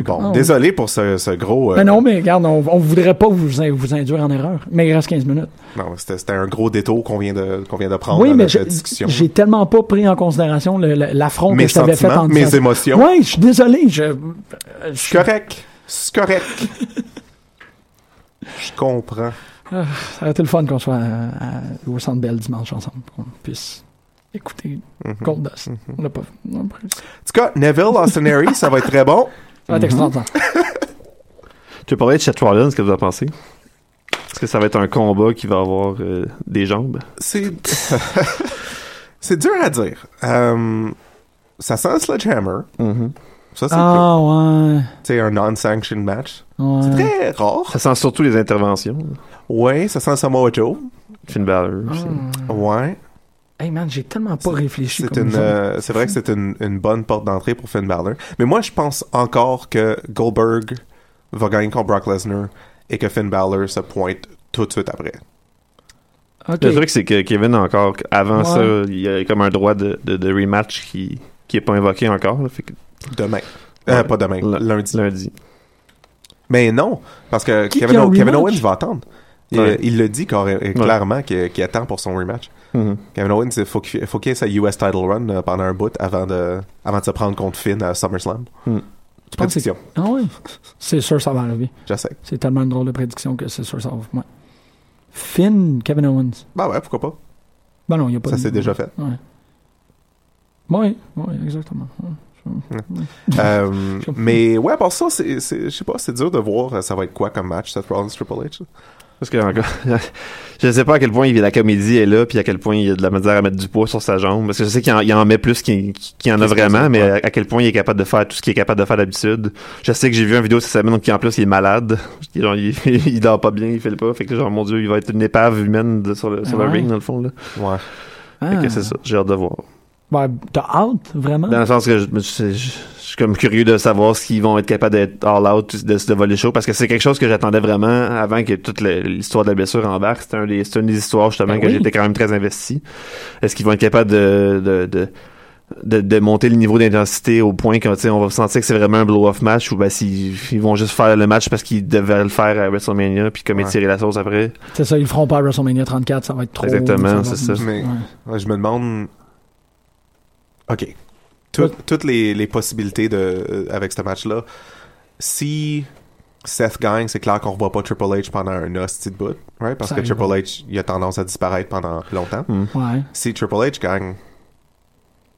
S11: Bon,
S8: Ah, ouais.
S11: désolé pour ce, ce gros. euh,
S8: Mais non, mais regarde, on, on voudrait pas vous, in- vous induire en erreur. Mais il reste 15 minutes.
S11: non, c'était c'était un gros détour qu'on vient, de- qu'on vient de prendre
S8: oui,
S11: dans
S8: mais
S11: notre
S8: j'ai
S11: discussion.
S8: j'ai tellement pas pris en considération le- le- l'affront
S11: Mes
S8: que je t'avais fait en
S11: sentiments, mes
S8: disant-
S11: émotions.
S8: Ouais, je suis désolé. Je,
S11: C'est correct. C'est correct. Je comprends.
S8: Ah, ça aurait été le fun qu'on soit euh, à- au Centre Bell dimanche ensemble, qu'on puisse écouter Cold Dust. On l'a pas. on l'a pas-
S11: Mm-hmm. En tout cas, Neville Austin Harry, ça va être très bon. Mm-hmm.
S8: Ça va être extraordinaire.
S12: Tu veux parler de Chet Rollins, ce que vous en pensez Est-ce que ça va être un combat qui va avoir euh, des jambes
S11: C'est. c'est dur à dire. Euh, ça sent un sledgehammer.
S12: Mm-hmm.
S11: Ça, c'est
S8: Ah, ouais.
S11: cool. C'est un non-sanctioned match.
S8: Ouais.
S11: C'est très rare.
S12: Ça sent surtout les interventions.
S11: Ouais, ça sent Samoa Joe.
S12: Finn Balor. aussi.
S8: Ah.
S11: Ouais.
S8: Hey man, j'ai tellement pas réfléchi
S11: C'est
S8: comme
S11: une,
S8: ça.
S11: euh, c'est vrai que c'est une, une bonne porte d'entrée pour Finn Balor. Mais moi, je pense encore que Goldberg va gagner contre Brock Lesnar et que Finn Balor se pointe tout de suite après.
S8: Ok.
S12: Le truc, c'est que Kevin, encore avant
S8: Ouais.
S12: ça, il y a comme un droit de, de- de rematch qui qui est pas invoqué encore. là, fait que-
S11: Demain. Euh,
S12: Ouais.
S11: pas demain,
S12: L-
S11: lundi.
S12: Lundi.
S11: Mais non, parce que
S12: Qui-
S11: Kevin,
S12: qui a un
S11: O- Kevin
S12: rematch?
S11: Owens va attendre. Il,
S12: Ouais.
S11: il le dit carré- clairement qu'il qu'il attend pour son rematch.
S12: Mhm.
S11: Kevin Owens, il faut qu'il faut qu'il ait sa US title run euh, pendant un bout avant de, avant de se prendre contre Finn à SummerSlam.
S12: Hmm.
S8: Tu penses que c'est-
S11: Prédiction.
S8: Ah oui. C'est sûr ça va arriver.
S11: Je sais.
S8: C'est tellement une drôle de prédiction que c'est sûr ça va. Ouais. Finn, Kevin Owens.
S11: Bah ouais, pourquoi pas.
S8: Ben non, il n'y a pas
S11: Ça
S8: de-
S11: s'est déjà fait.
S8: Ouais. Oui, oui, exactement. Ouais.
S11: Euh, mais ouais, pour ça, c'est, c'est- je sais pas, c'est dur de voir euh, ça va être quoi comme match, Seth Rollins Triple H.
S12: Parce que encore, je sais pas à quel point il- la comédie est là, puis à quel point il y a de la misère à mettre du poids sur sa jambe. Parce que je sais qu'il en, il en met plus qu'il qu'il en a vraiment, mais à, à quel point il est capable de faire tout ce qu'il est capable de faire d'habitude. Je sais que j'ai vu une vidéo cette semaine qui en plus il est malade. Genre, il, il dort pas bien, il fait le pas. Fait que genre, mon dieu, il va être une épave humaine de- sur le, sur le
S8: Ouais.
S12: ring dans le fond là.
S11: Ouais.
S12: Fait que
S8: Ah.
S12: c'est ça, j'ai hâte de voir.
S8: Ben, t'as hâte, vraiment?
S12: Dans le sens que je, je- je- je suis comme curieux de savoir s'ils vont être capables d'être all-out de, de voler chaud parce que c'est quelque chose que j'attendais vraiment avant que toute le- l'histoire de la blessure embarque. C'était un des- c'était une des histoires justement
S8: Ben
S12: que
S8: oui.
S12: j'étais quand même très investi. Est-ce qu'ils vont être capables de, de, de, de- de monter le niveau d'intensité au point qu'on on va sentir que c'est vraiment un blow-off match ou ben s'ils ils vont juste faire le match parce qu'ils devaient le faire à WrestleMania puis comme
S11: Ouais.
S12: étirer la sauce après?
S8: C'est ça, ils le feront pas à WrestleMania 34, ça va être trop.
S12: Exactement,
S8: va-
S12: c'est ça.
S11: Mais
S8: Ouais.
S11: ouais, je me demande. Ok. Tout- toutes les, les possibilités de, euh, avec ce match-là. Si Seth gagne, c'est clair qu'on revoit pas Triple H pendant un hostie de bout, right? Parce
S8: Ça
S11: que
S8: arrive.
S11: Triple H, il a tendance à disparaître pendant longtemps.
S12: Mm.
S8: Ouais.
S11: Si Triple H gagne,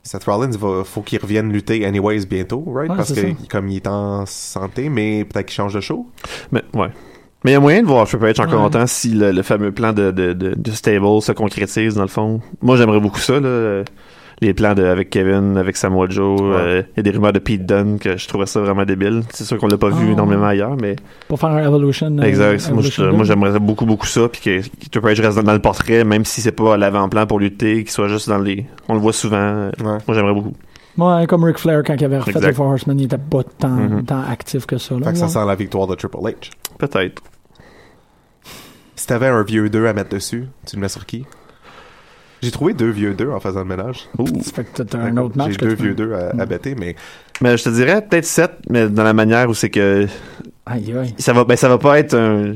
S11: Seth Rollins, va, faut qu'il revienne lutter anyways bientôt, right?
S12: Ouais,
S11: Parce
S12: c'est
S11: que
S12: ça.
S11: comme il est en santé, mais peut-être qu'il change de show.
S12: Mais, ouais. Mais il y a moyen de voir Triple H encore
S11: Ouais.
S12: longtemps si le, le fameux plan de, de, de, de stable se concrétise, dans le fond. Moi, j'aimerais beaucoup ça, là, euh, les plans de, avec Kevin, avec Samoa Joe. euh, Il y a des rumeurs de Pete Dunne que je trouvais ça vraiment débile. C'est sûr qu'on l'a pas vu
S8: Ah.
S12: énormément ailleurs, mais...
S8: Pour faire un Evolution. euh,
S12: exact. Moi, je-
S8: Evolution
S12: moi,
S8: deux.
S12: j'aimerais beaucoup, beaucoup ça, puis que, que Triple H reste dans, dans le portrait, même si c'est pas à l'avant-plan pour lutter, qu'il soit juste dans les... On le voit souvent. Moi, j'aimerais beaucoup.
S8: Ouais, comme Ric Flair, quand il avait refait
S12: Exact.
S8: les Four Horsemen, il était pas tant,
S12: Mhm.
S8: tant actif que ça. Là,
S11: Fait que ça
S8: Ouais.
S11: sent la victoire de Triple H.
S12: Peut-être.
S11: Si t'avais un vieux 2 à mettre dessus, tu le mets sur qui J'ai trouvé deux vieux 2 en faisant le ménage.
S8: Ça fait que t'as un autre match
S11: J'ai
S8: que
S11: deux
S8: tu Mm.
S11: vieux
S8: peux-
S11: 2 à, à bêter, mais
S12: Mais je te dirais peut-être 7, mais dans la manière où c'est que
S8: Aïe, aïe.
S12: ça va ben ça va pas être un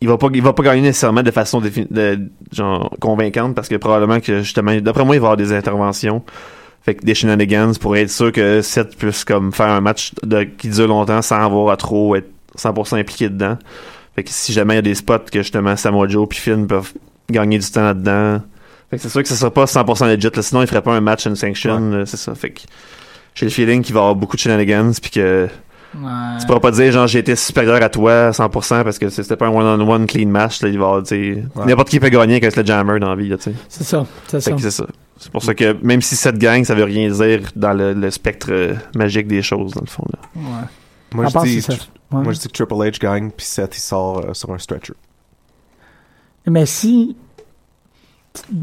S12: il va pas il va pas gagner nécessairement de façon défi- de- genre, convaincante parce que probablement que justement d'après moi il va y avoir des interventions fait que des shenanigans pour être sûr que Seth puisse comme faire un match de, qui dure longtemps sans avoir à trop être 100% impliqué dedans fait que si jamais il y a des spots que justement Samoa Joe puis Finn peuvent gagner du temps là-dedans fait que c'est sûr que ce sera pas 100% legit là, sinon il ferait pas un match unsanctioned sanction c'est ça fait que j'ai le feeling qu'il va y avoir beaucoup de shenanigans puis que tu pourras pas dire genre j'ai été supérieur à toi à 100% parce que c'était pas un one-on-one clean match. Là, il va y avoir, tu sais, N'importe qui peut gagner avec le jammer dans la vie. là, tu sais.
S8: C'est ça, c'est
S12: Fait
S8: ça.
S12: que C'est ça. C'est pour ça que même si cette gang, ça veut rien dire dans le, le spectre euh, magique des choses, dans le fond. Là.
S8: Ouais.
S11: Moi,
S8: À
S11: je
S8: part
S11: dis,
S8: si ça-
S11: moi,
S8: ouais.
S11: je dis que Triple H gagne, puis Seth, il sort euh, sur un stretcher.
S8: Mais si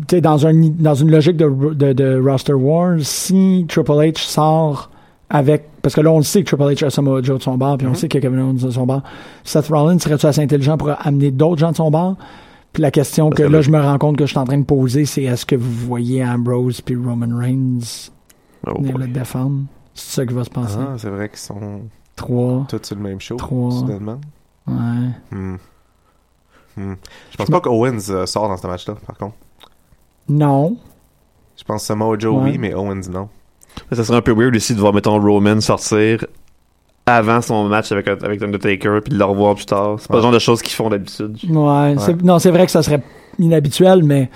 S8: tu dans, un, dans une logique de, de, de roster wars, si Triple H sort avec parce que là on le sait que Triple H a Samoa Joe de son bar,
S11: Mhm.
S8: puis on sait qu'il y a Kevin Owens de son bar. Seth Rollins serait-tu assez intelligent pour amener d'autres gens de son bar? Puis la question que là je me rends compte que je suis en train de poser, c'est est-ce que vous voyez Ambrose puis Roman Reigns venir le défendre? C'est ça qui va se passer.
S11: Oh Ah, c'est vrai qu'ils sont
S8: Trois.
S11: tous sur le même show,
S8: Trois.
S11: soudainement.
S8: Ouais.
S11: Hmm. Hmm. Je pense pas qu'Owens euh, sort dans ce match-là, par contre.
S8: Non.
S11: Je pense que Samoa Joe,
S12: Ouais.
S11: oui, mais Owens, non.
S12: Ça serait un peu weird aussi de voir, mettons, Roman sortir avant son match avec, avec Undertaker puis de le revoir plus tard. C'est pas le genre de choses qu'ils font d'habitude.
S8: Ouais. c'est- Non, c'est vrai que ça serait inhabituel, mais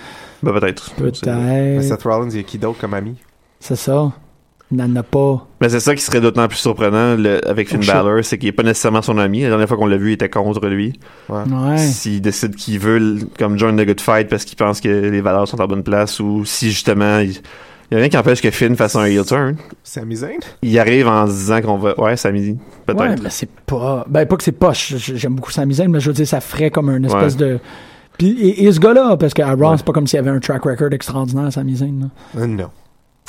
S12: Ben, peut-être.
S11: Mais
S8: peut-être.
S11: Seth Rollins, il y a qui d'autre comme ami
S8: C'est ça. Il n'en a pas.
S12: Mais c'est ça qui serait d'autant plus surprenant le- avec Finn
S8: Oh, shit.
S12: Balor, c'est qu'il n'est pas nécessairement son ami. La dernière fois qu'on l'a vu, il était contre lui.
S8: Ouais.
S12: S'il décide qu'il veut l- comme join the good fight parce qu'il pense que les valeurs sont en bonne place ou si justement il n'y a rien qui empêche que Finn fasse un heel turn.
S11: Sami Zayn
S12: Il arrive en se disant qu'on va. Ouais, Sami, peut-être.
S8: Ouais, mais c'est pas. Ben, pas que c'est poche. J- J'aime beaucoup sa misère, mais je veux dire, ça ferait comme un espèce
S12: Ouais.
S8: de. Puis, et, et ce gars-là, parce qu'à Raw, c'est pas comme s'il y avait un track record extraordinaire à sa misère. là.
S11: Euh, non.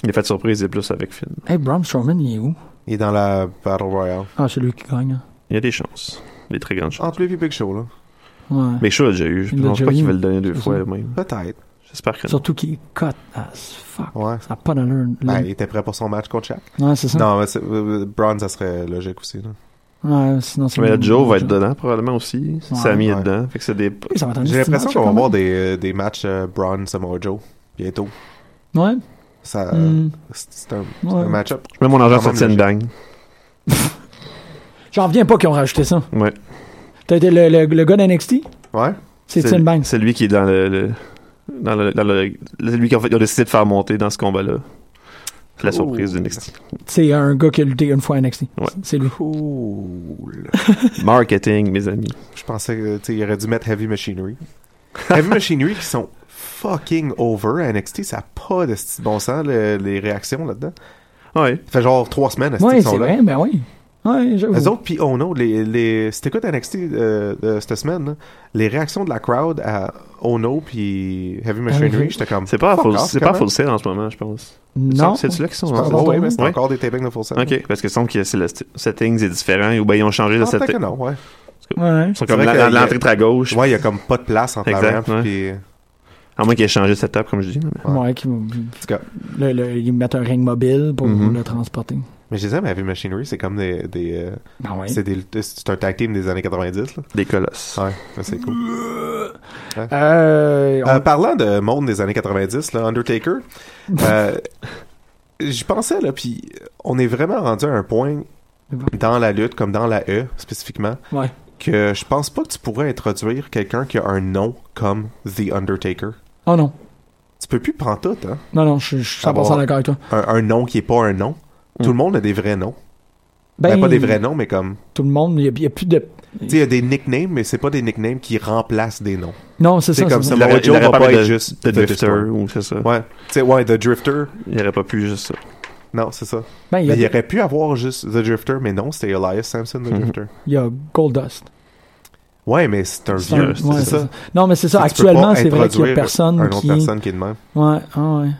S12: Il a fait surprise et plus avec Finn.
S8: Hey, Braun Strowman, il est où
S11: Il est dans la Battle Royale.
S8: Ah, c'est lui qui gagne. hein.
S12: Il y a des chances. Des très grandes chances.
S11: Entre lui et Big Show, là.
S8: Ouais.
S12: Mais Shaw l'a déjà eu. Je
S8: Il l'a
S12: pense
S8: déjà
S12: pas qu'il
S8: eu.
S12: va le
S11: Ah.
S12: donner deux
S8: C'est
S12: fois
S8: ça.
S12: même.
S11: Peut-être.
S12: J'espère que non.
S8: Surtout qu'il est cut as fuck.
S11: Ouais.
S8: Ça n'a pas d'allure.
S11: Ben,
S8: là.
S11: il était prêt pour son match contre Shaq.
S8: Ouais, c'est ça.
S11: Non, mais c'est- euh, euh, Braun, ça serait logique aussi. Là.
S8: Ouais, sinon, c'est.
S12: Mais là, Joe va être dedans probablement aussi.
S8: Ouais.
S12: Sami est
S11: Ouais.
S12: dedans. Fait que c'est des.
S8: Oui, ça va être un
S11: J'ai
S8: petit
S11: l'impression
S8: match,
S11: qu'on
S8: quand
S11: va voir
S8: même.
S11: des, euh, des matchs euh, Braun Samoa Joe bientôt.
S8: Ouais.
S11: Ça,
S8: Hmm.
S11: c'est c'est un, c'est
S8: Ouais.
S11: un match-up.
S12: Je mets mon argent sur
S11: Quand même
S12: Tien Bang.
S8: J'en reviens pas qu'ils ont rajouté ça.
S12: Ouais.
S8: T'as été le, le, le gars d'NXT
S11: Ouais.
S8: C'est Tim Banks.
S12: C'est lui qui est dans le. le- dans le, dans le- c'est lui qui en fait, ils ont décidé de faire monter dans ce combat-là. C'est
S11: Oh.
S12: la
S8: Cool.
S12: surprise du NXT.
S8: C'est un gars qui a lutté une fois à NXT.
S12: Ouais.
S8: C'est lui.
S11: Cool.
S12: Marketing, mes amis.
S11: Je pensais qu'il aurait dû mettre Heavy Machinery. Heavy Machinery qui sont fucking over à NXT. Ça n'a pas de sti- bon sens, le- les réactions là-dedans.
S12: Ouais.
S11: Ça fait genre trois semaines NXT
S8: Ouais,
S11: qu'ils sont
S8: c'est
S11: là.
S8: vrai, ben oui. Ouais, j'avoue.
S11: Eux autres, puis oh no, les, les, si t'écoutes NXT euh, de cette semaine, là, les réactions de la crowd à oh no puis Heavy
S8: Ah oui.
S11: Machinery, j'étais comme.
S12: C'est pas, à
S11: fuck
S12: full,
S11: off,
S12: c'est pas à
S11: comment?
S12: full sale en ce moment, je pense.
S8: Non.
S12: C'est- C'est là qu'ils sont.
S11: Ah, Je pense-
S12: hein?
S11: oh, ouais, mais c'est
S12: Ouais.
S11: encore des tapings de full set.
S12: Ok, parce que semble que c'est le st- settings est différent ou bien ils ont changé le
S11: Ah, peut-être
S12: setting.
S11: que non, ouais.
S8: Ouais.
S12: Ils sont
S11: C'est
S12: comme
S11: vrai
S12: la-
S11: que-
S12: l'entrée est à gauche.
S11: Ouais, il y a comme pas de place entre la
S12: Oh, Exact,
S11: rampe
S12: ouais.
S11: puis-
S12: À moins qu'ils aient changé le setup, comme je dis. là, mais-
S8: Ouais, qui vont-
S11: cas.
S8: le, le- ils mettent un ring mobile pour
S11: Mm-hmm.
S12: Mhm.
S8: le transporter.
S11: Mais je disais, mais Heavy Machinery, c'est comme des. des euh,
S8: Ah ouais.
S11: c'est, des- c'est un tag team des années 90. Là.
S12: Des colosses.
S11: Ouais, ça, c'est cool. Ouais.
S8: Euh, on-
S11: Euh, parlant de monde des années 90, là, Undertaker, euh, j'y pensais, là, puis on est vraiment rendu à un point dans la lutte, comme dans la E spécifiquement,
S8: Ouais.
S11: que je pense pas que tu pourrais introduire quelqu'un qui a un nom comme The Undertaker.
S8: Oh non.
S11: Tu peux plus prendre tout, hein?
S8: Non, non, je je suis 100%
S11: Avoir
S8: d'accord avec toi. Ben,
S11: Un, un nom qui est pas un nom. Tout le monde a des vrais noms. Ben, pas des vrais noms, mais comme.
S8: Tout le monde, il n'y a, plus de.
S11: Tu sais, il y a des nicknames, mais c'est pas des nicknames qui remplacent des noms.
S8: Non, c'est
S11: C'est
S8: ça. ben,
S11: comme
S8: ça.
S11: ça.
S12: Il aurait,
S11: Samoa Joe
S12: il aurait
S11: va
S12: pas
S11: pas
S12: pu
S11: être
S12: de-
S11: juste
S12: de
S11: The
S12: Drifter
S11: Destroyer.
S12: ou c'est ça.
S11: Ouais. Tu sais, ouais, The Drifter.
S12: Il aurait pas pu juste ça.
S11: Non, c'est ça.
S8: Ben, il y a-
S11: Mais il aurait pu avoir juste The Drifter, mais non, c'était Elias Sampson, The
S12: Mhm.
S11: Drifter.
S8: Il y a Goldust.
S11: Ouais, mais c'est un
S8: C'est un-
S11: vieux,
S8: ouais,
S11: c'est ça.
S8: Non, mais c'est ça.
S11: Tu peux pas
S8: Actuellement, c'est vrai qu'il n'y a
S11: introduire
S8: personne
S11: un autre
S8: qui.
S11: personne qui est de même.
S8: Ouais, ah ouais.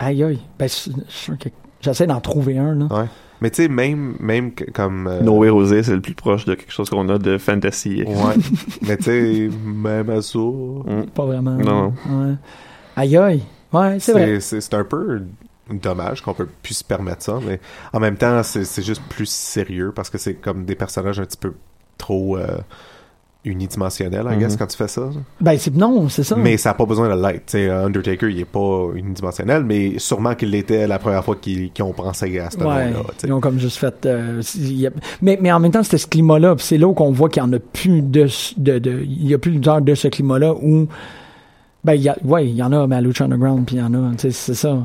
S8: Aïe, aïe. Ben, je je suis sûr que- J'essaie d'en trouver un, là.
S11: Ouais. Mais tu sais, même, même que- comme... euh,
S12: Noé Rosé, c'est le plus proche de quelque chose qu'on a de fantasy.
S11: Ouais. mais tu sais, même à ça...
S8: Pas vraiment.
S12: Non.
S8: Ouais. Aïe, aïe. Ouais, c'est vrai.
S11: C'est c'est- c'est un peu dommage qu'on peut plus se permettre ça, mais en même temps, c'est c'est juste plus sérieux parce que c'est comme des personnages un petit peu trop... euh, unidimensionnel, I
S8: Mhm.
S11: guess, quand tu fais ça.
S8: Ben, c'est non, c'est ça.
S11: Mais ça n'a pas besoin de l'être. Tu sais, Undertaker, il est pas unidimensionnel, mais sûrement qu'il l'était la première fois qu'ils qu'ils ont pensé à ce
S8: Ouais,
S11: nom-là.
S8: ils ont comme juste fait. euh, s'il y a- mais, mais en même temps, c'était ce climat-là. puis C'est là où qu'on voit qu'il n'y en a plus de. ce- de, de- il y a plus d'heures de ce climat-là où. Ben, il y a, ouais, il y en a, mais à Lucha Underground, puis il y en a. tu sais, C'est ça.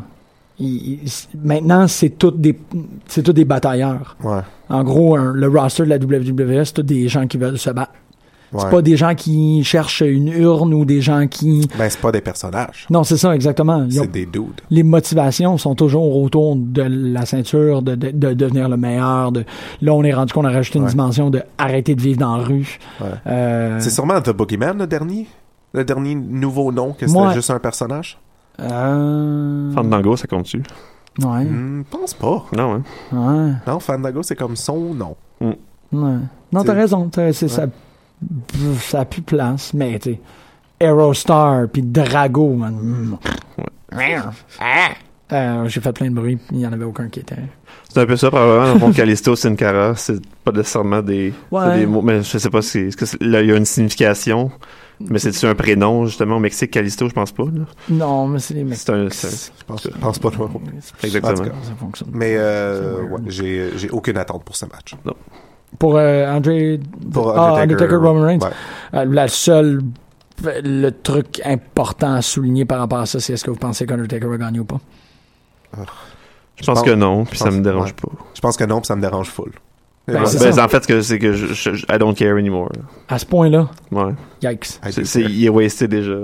S8: Il- il- c'est- maintenant, c'est tous des, c'est tous des batailleurs.
S11: Ouais.
S8: En gros, un- le roster de la WWE, c'est tous des gens qui veulent se battre.
S11: Ouais.
S8: C'est pas des gens qui cherchent une urne ou des gens qui.
S11: Ben, c'est pas des personnages.
S8: Non, c'est ça, exactement. Ils ont-
S11: C'est des dudes.
S8: les motivations sont toujours autour de la ceinture, de, de- de devenir le meilleur. De... Là, on est rendu qu'on a rajouté une
S11: Ouais.
S8: dimension de arrêter de vivre dans la rue.
S11: Ouais.
S8: Euh,
S11: C'est sûrement The Boogeyman, le dernier. Le dernier nouveau nom, que c'était
S8: Ouais.
S11: juste un personnage.
S8: euh,
S12: Fandango, ça compte-tu?
S8: ouais.
S11: Hmm, pense pas.
S12: Non, hein?
S8: Ouais.
S11: Non, Fandango, c'est comme son nom.
S8: Ouais. Non, t'as
S11: C'est-
S8: raison. t'as- c'est- Ça, ça a plus de place, mais tu sais, Aerostar puis Drago, man. Mm. Euh, J'ai fait plein de bruit, puis il n'y en avait aucun qui était.
S12: C'est un peu ça, probablement. Dans le fond, Callisto, Sin Cara, c'est pas nécessairement des,
S8: Ouais.
S12: c'est des mots. Mais je sais pas si. Est-ce que c'est- là, il y a une signification? Mais c'est-tu un prénom, justement, au Mexique, Callisto, je pense pas, là?
S8: Non, mais c'est les mecs.
S12: C'est un. c'est un-
S11: Je pense pas toi.
S12: Exactement.
S11: En tout cas.
S8: Ça fonctionne.
S11: Mais euh, ouais, j'ai j'ai aucune attente pour ce match.
S12: Non.
S8: Pour euh, André.
S11: Pour
S8: Ah,
S11: Undertaker,
S8: Undertaker, Roman Reigns.
S11: ouais.
S8: Euh, la seule. Le truc important à souligner par rapport à ça, c'est est-ce que vous pensez qu'Undertaker va gagner ou pas?
S12: Ah. Je pense que non, puis
S11: je
S12: ça
S11: pense-
S12: me dérange
S11: ouais. Je pense que non, puis ça me dérange full.
S8: Ben,
S11: Et
S12: Ben,
S11: voilà.
S8: c'est ça.
S12: en fait, que c'est que je, je- je- I don't care anymore. là.
S8: À ce point-là,
S12: Ouais.
S8: yikes.
S11: I
S12: C'est-
S11: do
S12: c'est-
S11: care.
S12: il est wasté déjà.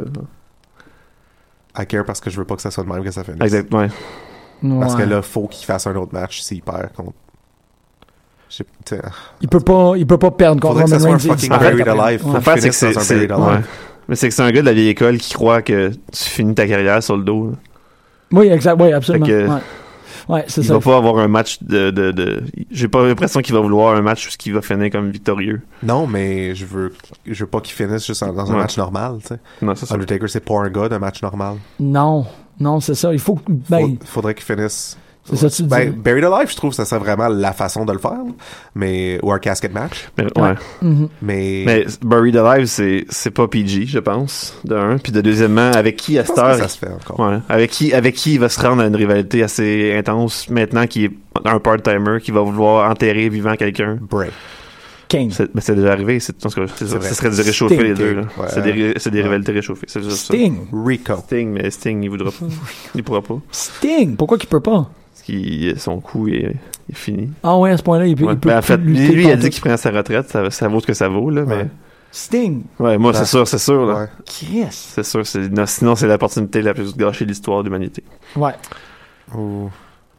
S11: I care parce que je veux pas que ça soit de même que ça finisse.
S12: Exactement. Ouais.
S11: Parce que
S8: Ouais.
S11: là, faut qu'il fasse un autre match s'il perd contre. Je sais- t'sais,
S8: Il peut pas, il peut pas perdre contre
S11: Faudrait que ça
S8: Roman
S11: soit un
S8: Reigns. il
S11: fucking
S8: disparaît
S11: buried
S8: après.
S11: alive. Faut
S8: Ouais.
S12: L'affaire, c'est que
S11: finisse
S12: c'est.
S11: dans un
S12: c'est-
S11: buried alive.
S12: ouais. Mais c'est que c'est un gars de la vieille école qui croit que tu finis ta carrière sur le dos. là.
S8: Oui, exact, oui, absolument.
S12: Fait que-
S8: Ouais, Ouais, c'est
S12: Il
S8: ça.
S12: va pas avoir un match de. de, de- J'ai pas l'impression qu'il va vouloir un match où ce qu'il va finir comme victorieux.
S11: Non, mais je veux, je veux pas qu'il finisse juste en- dans un
S12: Ouais.
S11: match normal. t'sais.
S12: Non, c'est ça.
S11: Undertaker, c'est pas un gars d'un match normal.
S8: Non, non, c'est ça. Il faut. que- Ben,
S11: Faut- faudrait qu'il finisse.
S8: C'est ça, tu le
S11: ben,
S8: dis.
S11: Buried Alive, je trouve que ça serait vraiment la façon de le faire. Mais, ou un casket match.
S12: Mais, ouais.
S8: mhm.
S11: Mais,
S12: Mais Buried Alive, c'est, c'est pas PG, je pense, de un. Puis de deuxièmement, avec qui à
S11: je pense
S12: cette
S11: que
S12: heure.
S11: ça se fait encore.
S12: Ouais. Avec qui, avec qui il va se rendre à une rivalité assez intense maintenant qu'il est un part-timer qui va vouloir enterrer vivant quelqu'un.
S11: Bray.
S8: Kane.
S12: C'est, ben, c'est déjà arrivé. C'est, en tout cas, c'est ça,
S11: vrai.
S12: ce serait de réchauffer
S8: Sting.
S12: les deux. là.
S11: Ouais.
S12: C'est des, ri- c'est des
S11: Ouais.
S12: rivalités réchauffées. C'est juste ça.
S8: Sting.
S11: Rico.
S12: Sting, mais Sting, il voudra pas. il pourra pas.
S8: Sting. Pourquoi qu'il peut pas?
S12: Parce qu'il- son coup est, est fini.
S8: Ah ouais, à ce point-là, il peut.
S12: Ouais.
S8: il peut
S12: Ben, en fait,
S8: plus lutter
S12: lui, il a
S8: contre-
S12: dit qu'il prend sa retraite. Ça, ça vaut ce que ça vaut, là.
S11: Ouais.
S8: Sting.
S12: Mais, ouais, moi,
S11: Ouais.
S12: c'est sûr, c'est sûr, là.
S11: Ouais.
S8: Chris.
S12: C'est sûr, c'est- non, sinon c'est l'opportunité la plus gâchée de l'histoire de l'humanité.
S8: Ouais.
S11: Ou-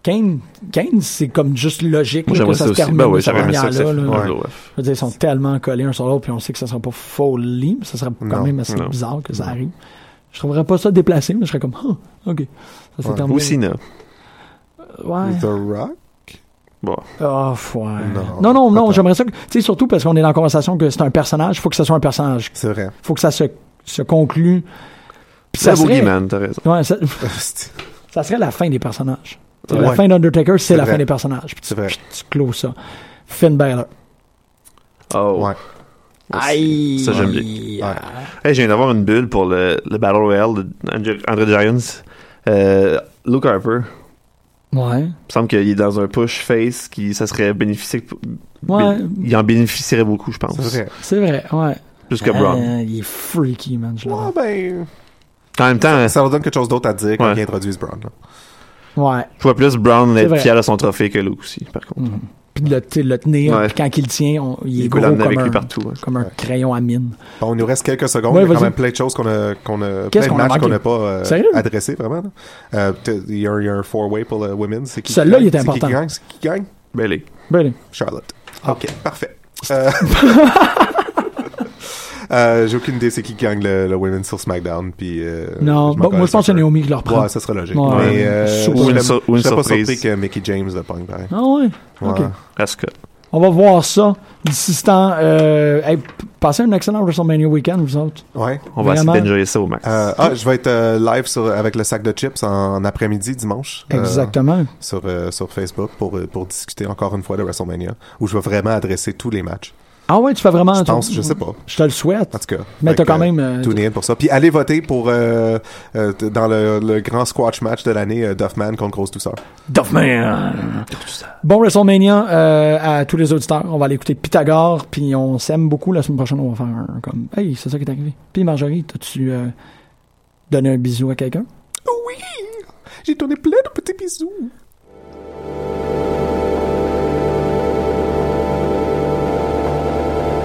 S8: Kane, Kane c'est comme juste logique
S12: Moi
S8: là, que
S12: j'aimerais
S8: ça
S12: ça
S8: se
S12: aussi.
S8: termine
S12: Ben
S8: de
S12: ouais,
S8: cette
S12: j'aimerais ça que ça
S8: manière-là.
S12: finisse
S8: là.
S12: dans
S11: Ouais.
S12: le OF.
S8: Je veux dire, ils sont tellement collés un sur l'autre, puis on sait que ça sera pas folie, mais ça sera quand
S11: Non,
S8: même assez
S12: non.
S8: bizarre que ça arrive. Je trouverais pas ça déplacé, mais je serais comme, ah, ok, ça s'est
S11: Ouais.
S8: terminé.
S12: Ou Cena.
S8: Ouais.
S11: The Rock?
S12: Bon.
S8: Ah, ouais.
S11: Non.
S8: Non, non, non,
S11: Attends.
S8: j'aimerais ça que, tu sais, surtout parce qu'on est dans la conversation que c'est un personnage, faut que ça soit un personnage.
S11: C'est vrai.
S12: Ah,
S8: Faut que ça se, se conclue. Puis
S12: C'est
S8: ça
S12: la
S8: serait,
S12: Boogeyman, t'as raison.
S8: ouais, ça,
S11: C'est
S8: ça serait la fin des personnages. Tu sais, La
S11: Ouais.
S8: fin d'Undertaker, c'est
S11: C'est
S8: la
S11: vrai.
S8: fin des personnages. Puis tu,
S11: C'est vrai.
S8: puis tu clôt ça. Finn Balor.
S12: Oh.
S11: Ouais.
S8: Aïe.
S12: Ça, j'aime
S11: Ouais.
S12: Hey, je viens d'avoir une bulle pour le, le Battle Royale de Andre Giants. Euh, Luke Harper.
S8: Ouais.
S12: Il me semble qu'il est dans un push face qui ça serait bénéfique. pour- ben,
S8: Ouais.
S12: bé- Il en bénéficierait beaucoup, je pense.
S11: C'est vrai.
S8: C'est vrai, ouais.
S12: Plus que
S8: Euh,
S12: Braun.
S8: il est freaky, man. je
S11: Ouais,
S8: l'adore.
S11: ben.
S12: En même temps, hein.
S11: Ça leur donne quelque chose d'autre à dire quand
S12: Ouais.
S11: ils introduisent Braun. là.
S8: Ouais.
S12: je vois plus Brown
S8: C'est
S12: être
S8: vrai.
S12: fier de son trophée que Luke aussi, par contre.
S8: Puis de le, tu sais, de le tenir,
S12: Ouais.
S8: puis quand il le tient, on- il
S12: Il
S8: est
S12: peut
S8: gros
S12: l'amener
S8: comme,
S12: avec
S8: un,
S12: lui partout. hein.
S8: comme un crayon à mine.
S11: Bon, il nous reste quelques secondes.
S8: Ouais,
S11: il y a quand
S8: vas-y.
S11: même plein de choses qu'on a, qu'on a plein
S8: Qu'est-ce
S11: de
S8: qu'on a
S11: matchs qu'on
S8: manqué?
S11: n'a pas euh,
S8: Sérieux?
S11: adressés vraiment. là. Euh, peut-être, il, y a, un- il y a un four-way pour le women's. C'est qui qui
S8: Celui-là,
S11: gagne?
S8: il est
S11: C'est Qui qui
S8: important.
S11: gagne? C'est qui qui gagne?
S12: Bailey.
S8: Ben,
S11: Charlotte. Ok, parfait. Euh, euh, J'ai aucune idée c'est qui qui gagne le, le women's sur SmackDown. Puis, euh,
S8: non,
S11: je m'en
S8: bon, moi
S11: connais
S8: je pense que c'est
S11: un peu.
S8: Naomi qui le reprend.
S11: Ouais, ça serait logique.
S8: Ouais.
S11: Mais euh,
S8: Ou
S11: je
S8: une
S11: serais-
S12: sur- ou une
S11: je serais pas
S12: surprise.
S11: surpris que Mickey James le pogne pareil.
S8: Ah ouais.
S11: Ouais.
S8: Ok.
S12: Asuka.
S8: On va voir ça d'ici ce temps. Euh, hey, p- passez un excellent WrestleMania week-end, vous autres.
S11: Ouais.
S12: On va essayer
S8: Vraiment.
S12: d'enjoyer ça au max.
S11: Euh, ah, je vais être euh, live sur- avec le sac de chips en, en après-midi dimanche. euh,
S8: Exactement.
S11: sur, euh, sur Facebook pour, euh, pour discuter encore une fois de WrestleMania, où je vais vraiment adresser tous les matchs.
S8: Ah ouais, tu fais vraiment.
S11: Je
S8: tu-
S11: pense, je sais pas.
S8: Je te le souhaite.
S11: En tout cas.
S8: Mais
S11: Fait
S8: t'as
S11: que,
S8: quand même, euh,
S11: tune in pour ça. Puis allez voter pour euh, euh, t- dans le, le grand squash match de l'année, euh, Duffman contre Grosse Douceur.
S8: Duffman! Bon WrestleMania euh, à tous les auditeurs. On va aller écouter Pythagore, puis on s'aime beaucoup. La semaine prochaine, on va faire un comme. Hey, c'est ça qui est arrivé. Puis Marjorie, t'as-tu euh, donné un bisou à quelqu'un?
S11: J'ai donné plein de petits bisous.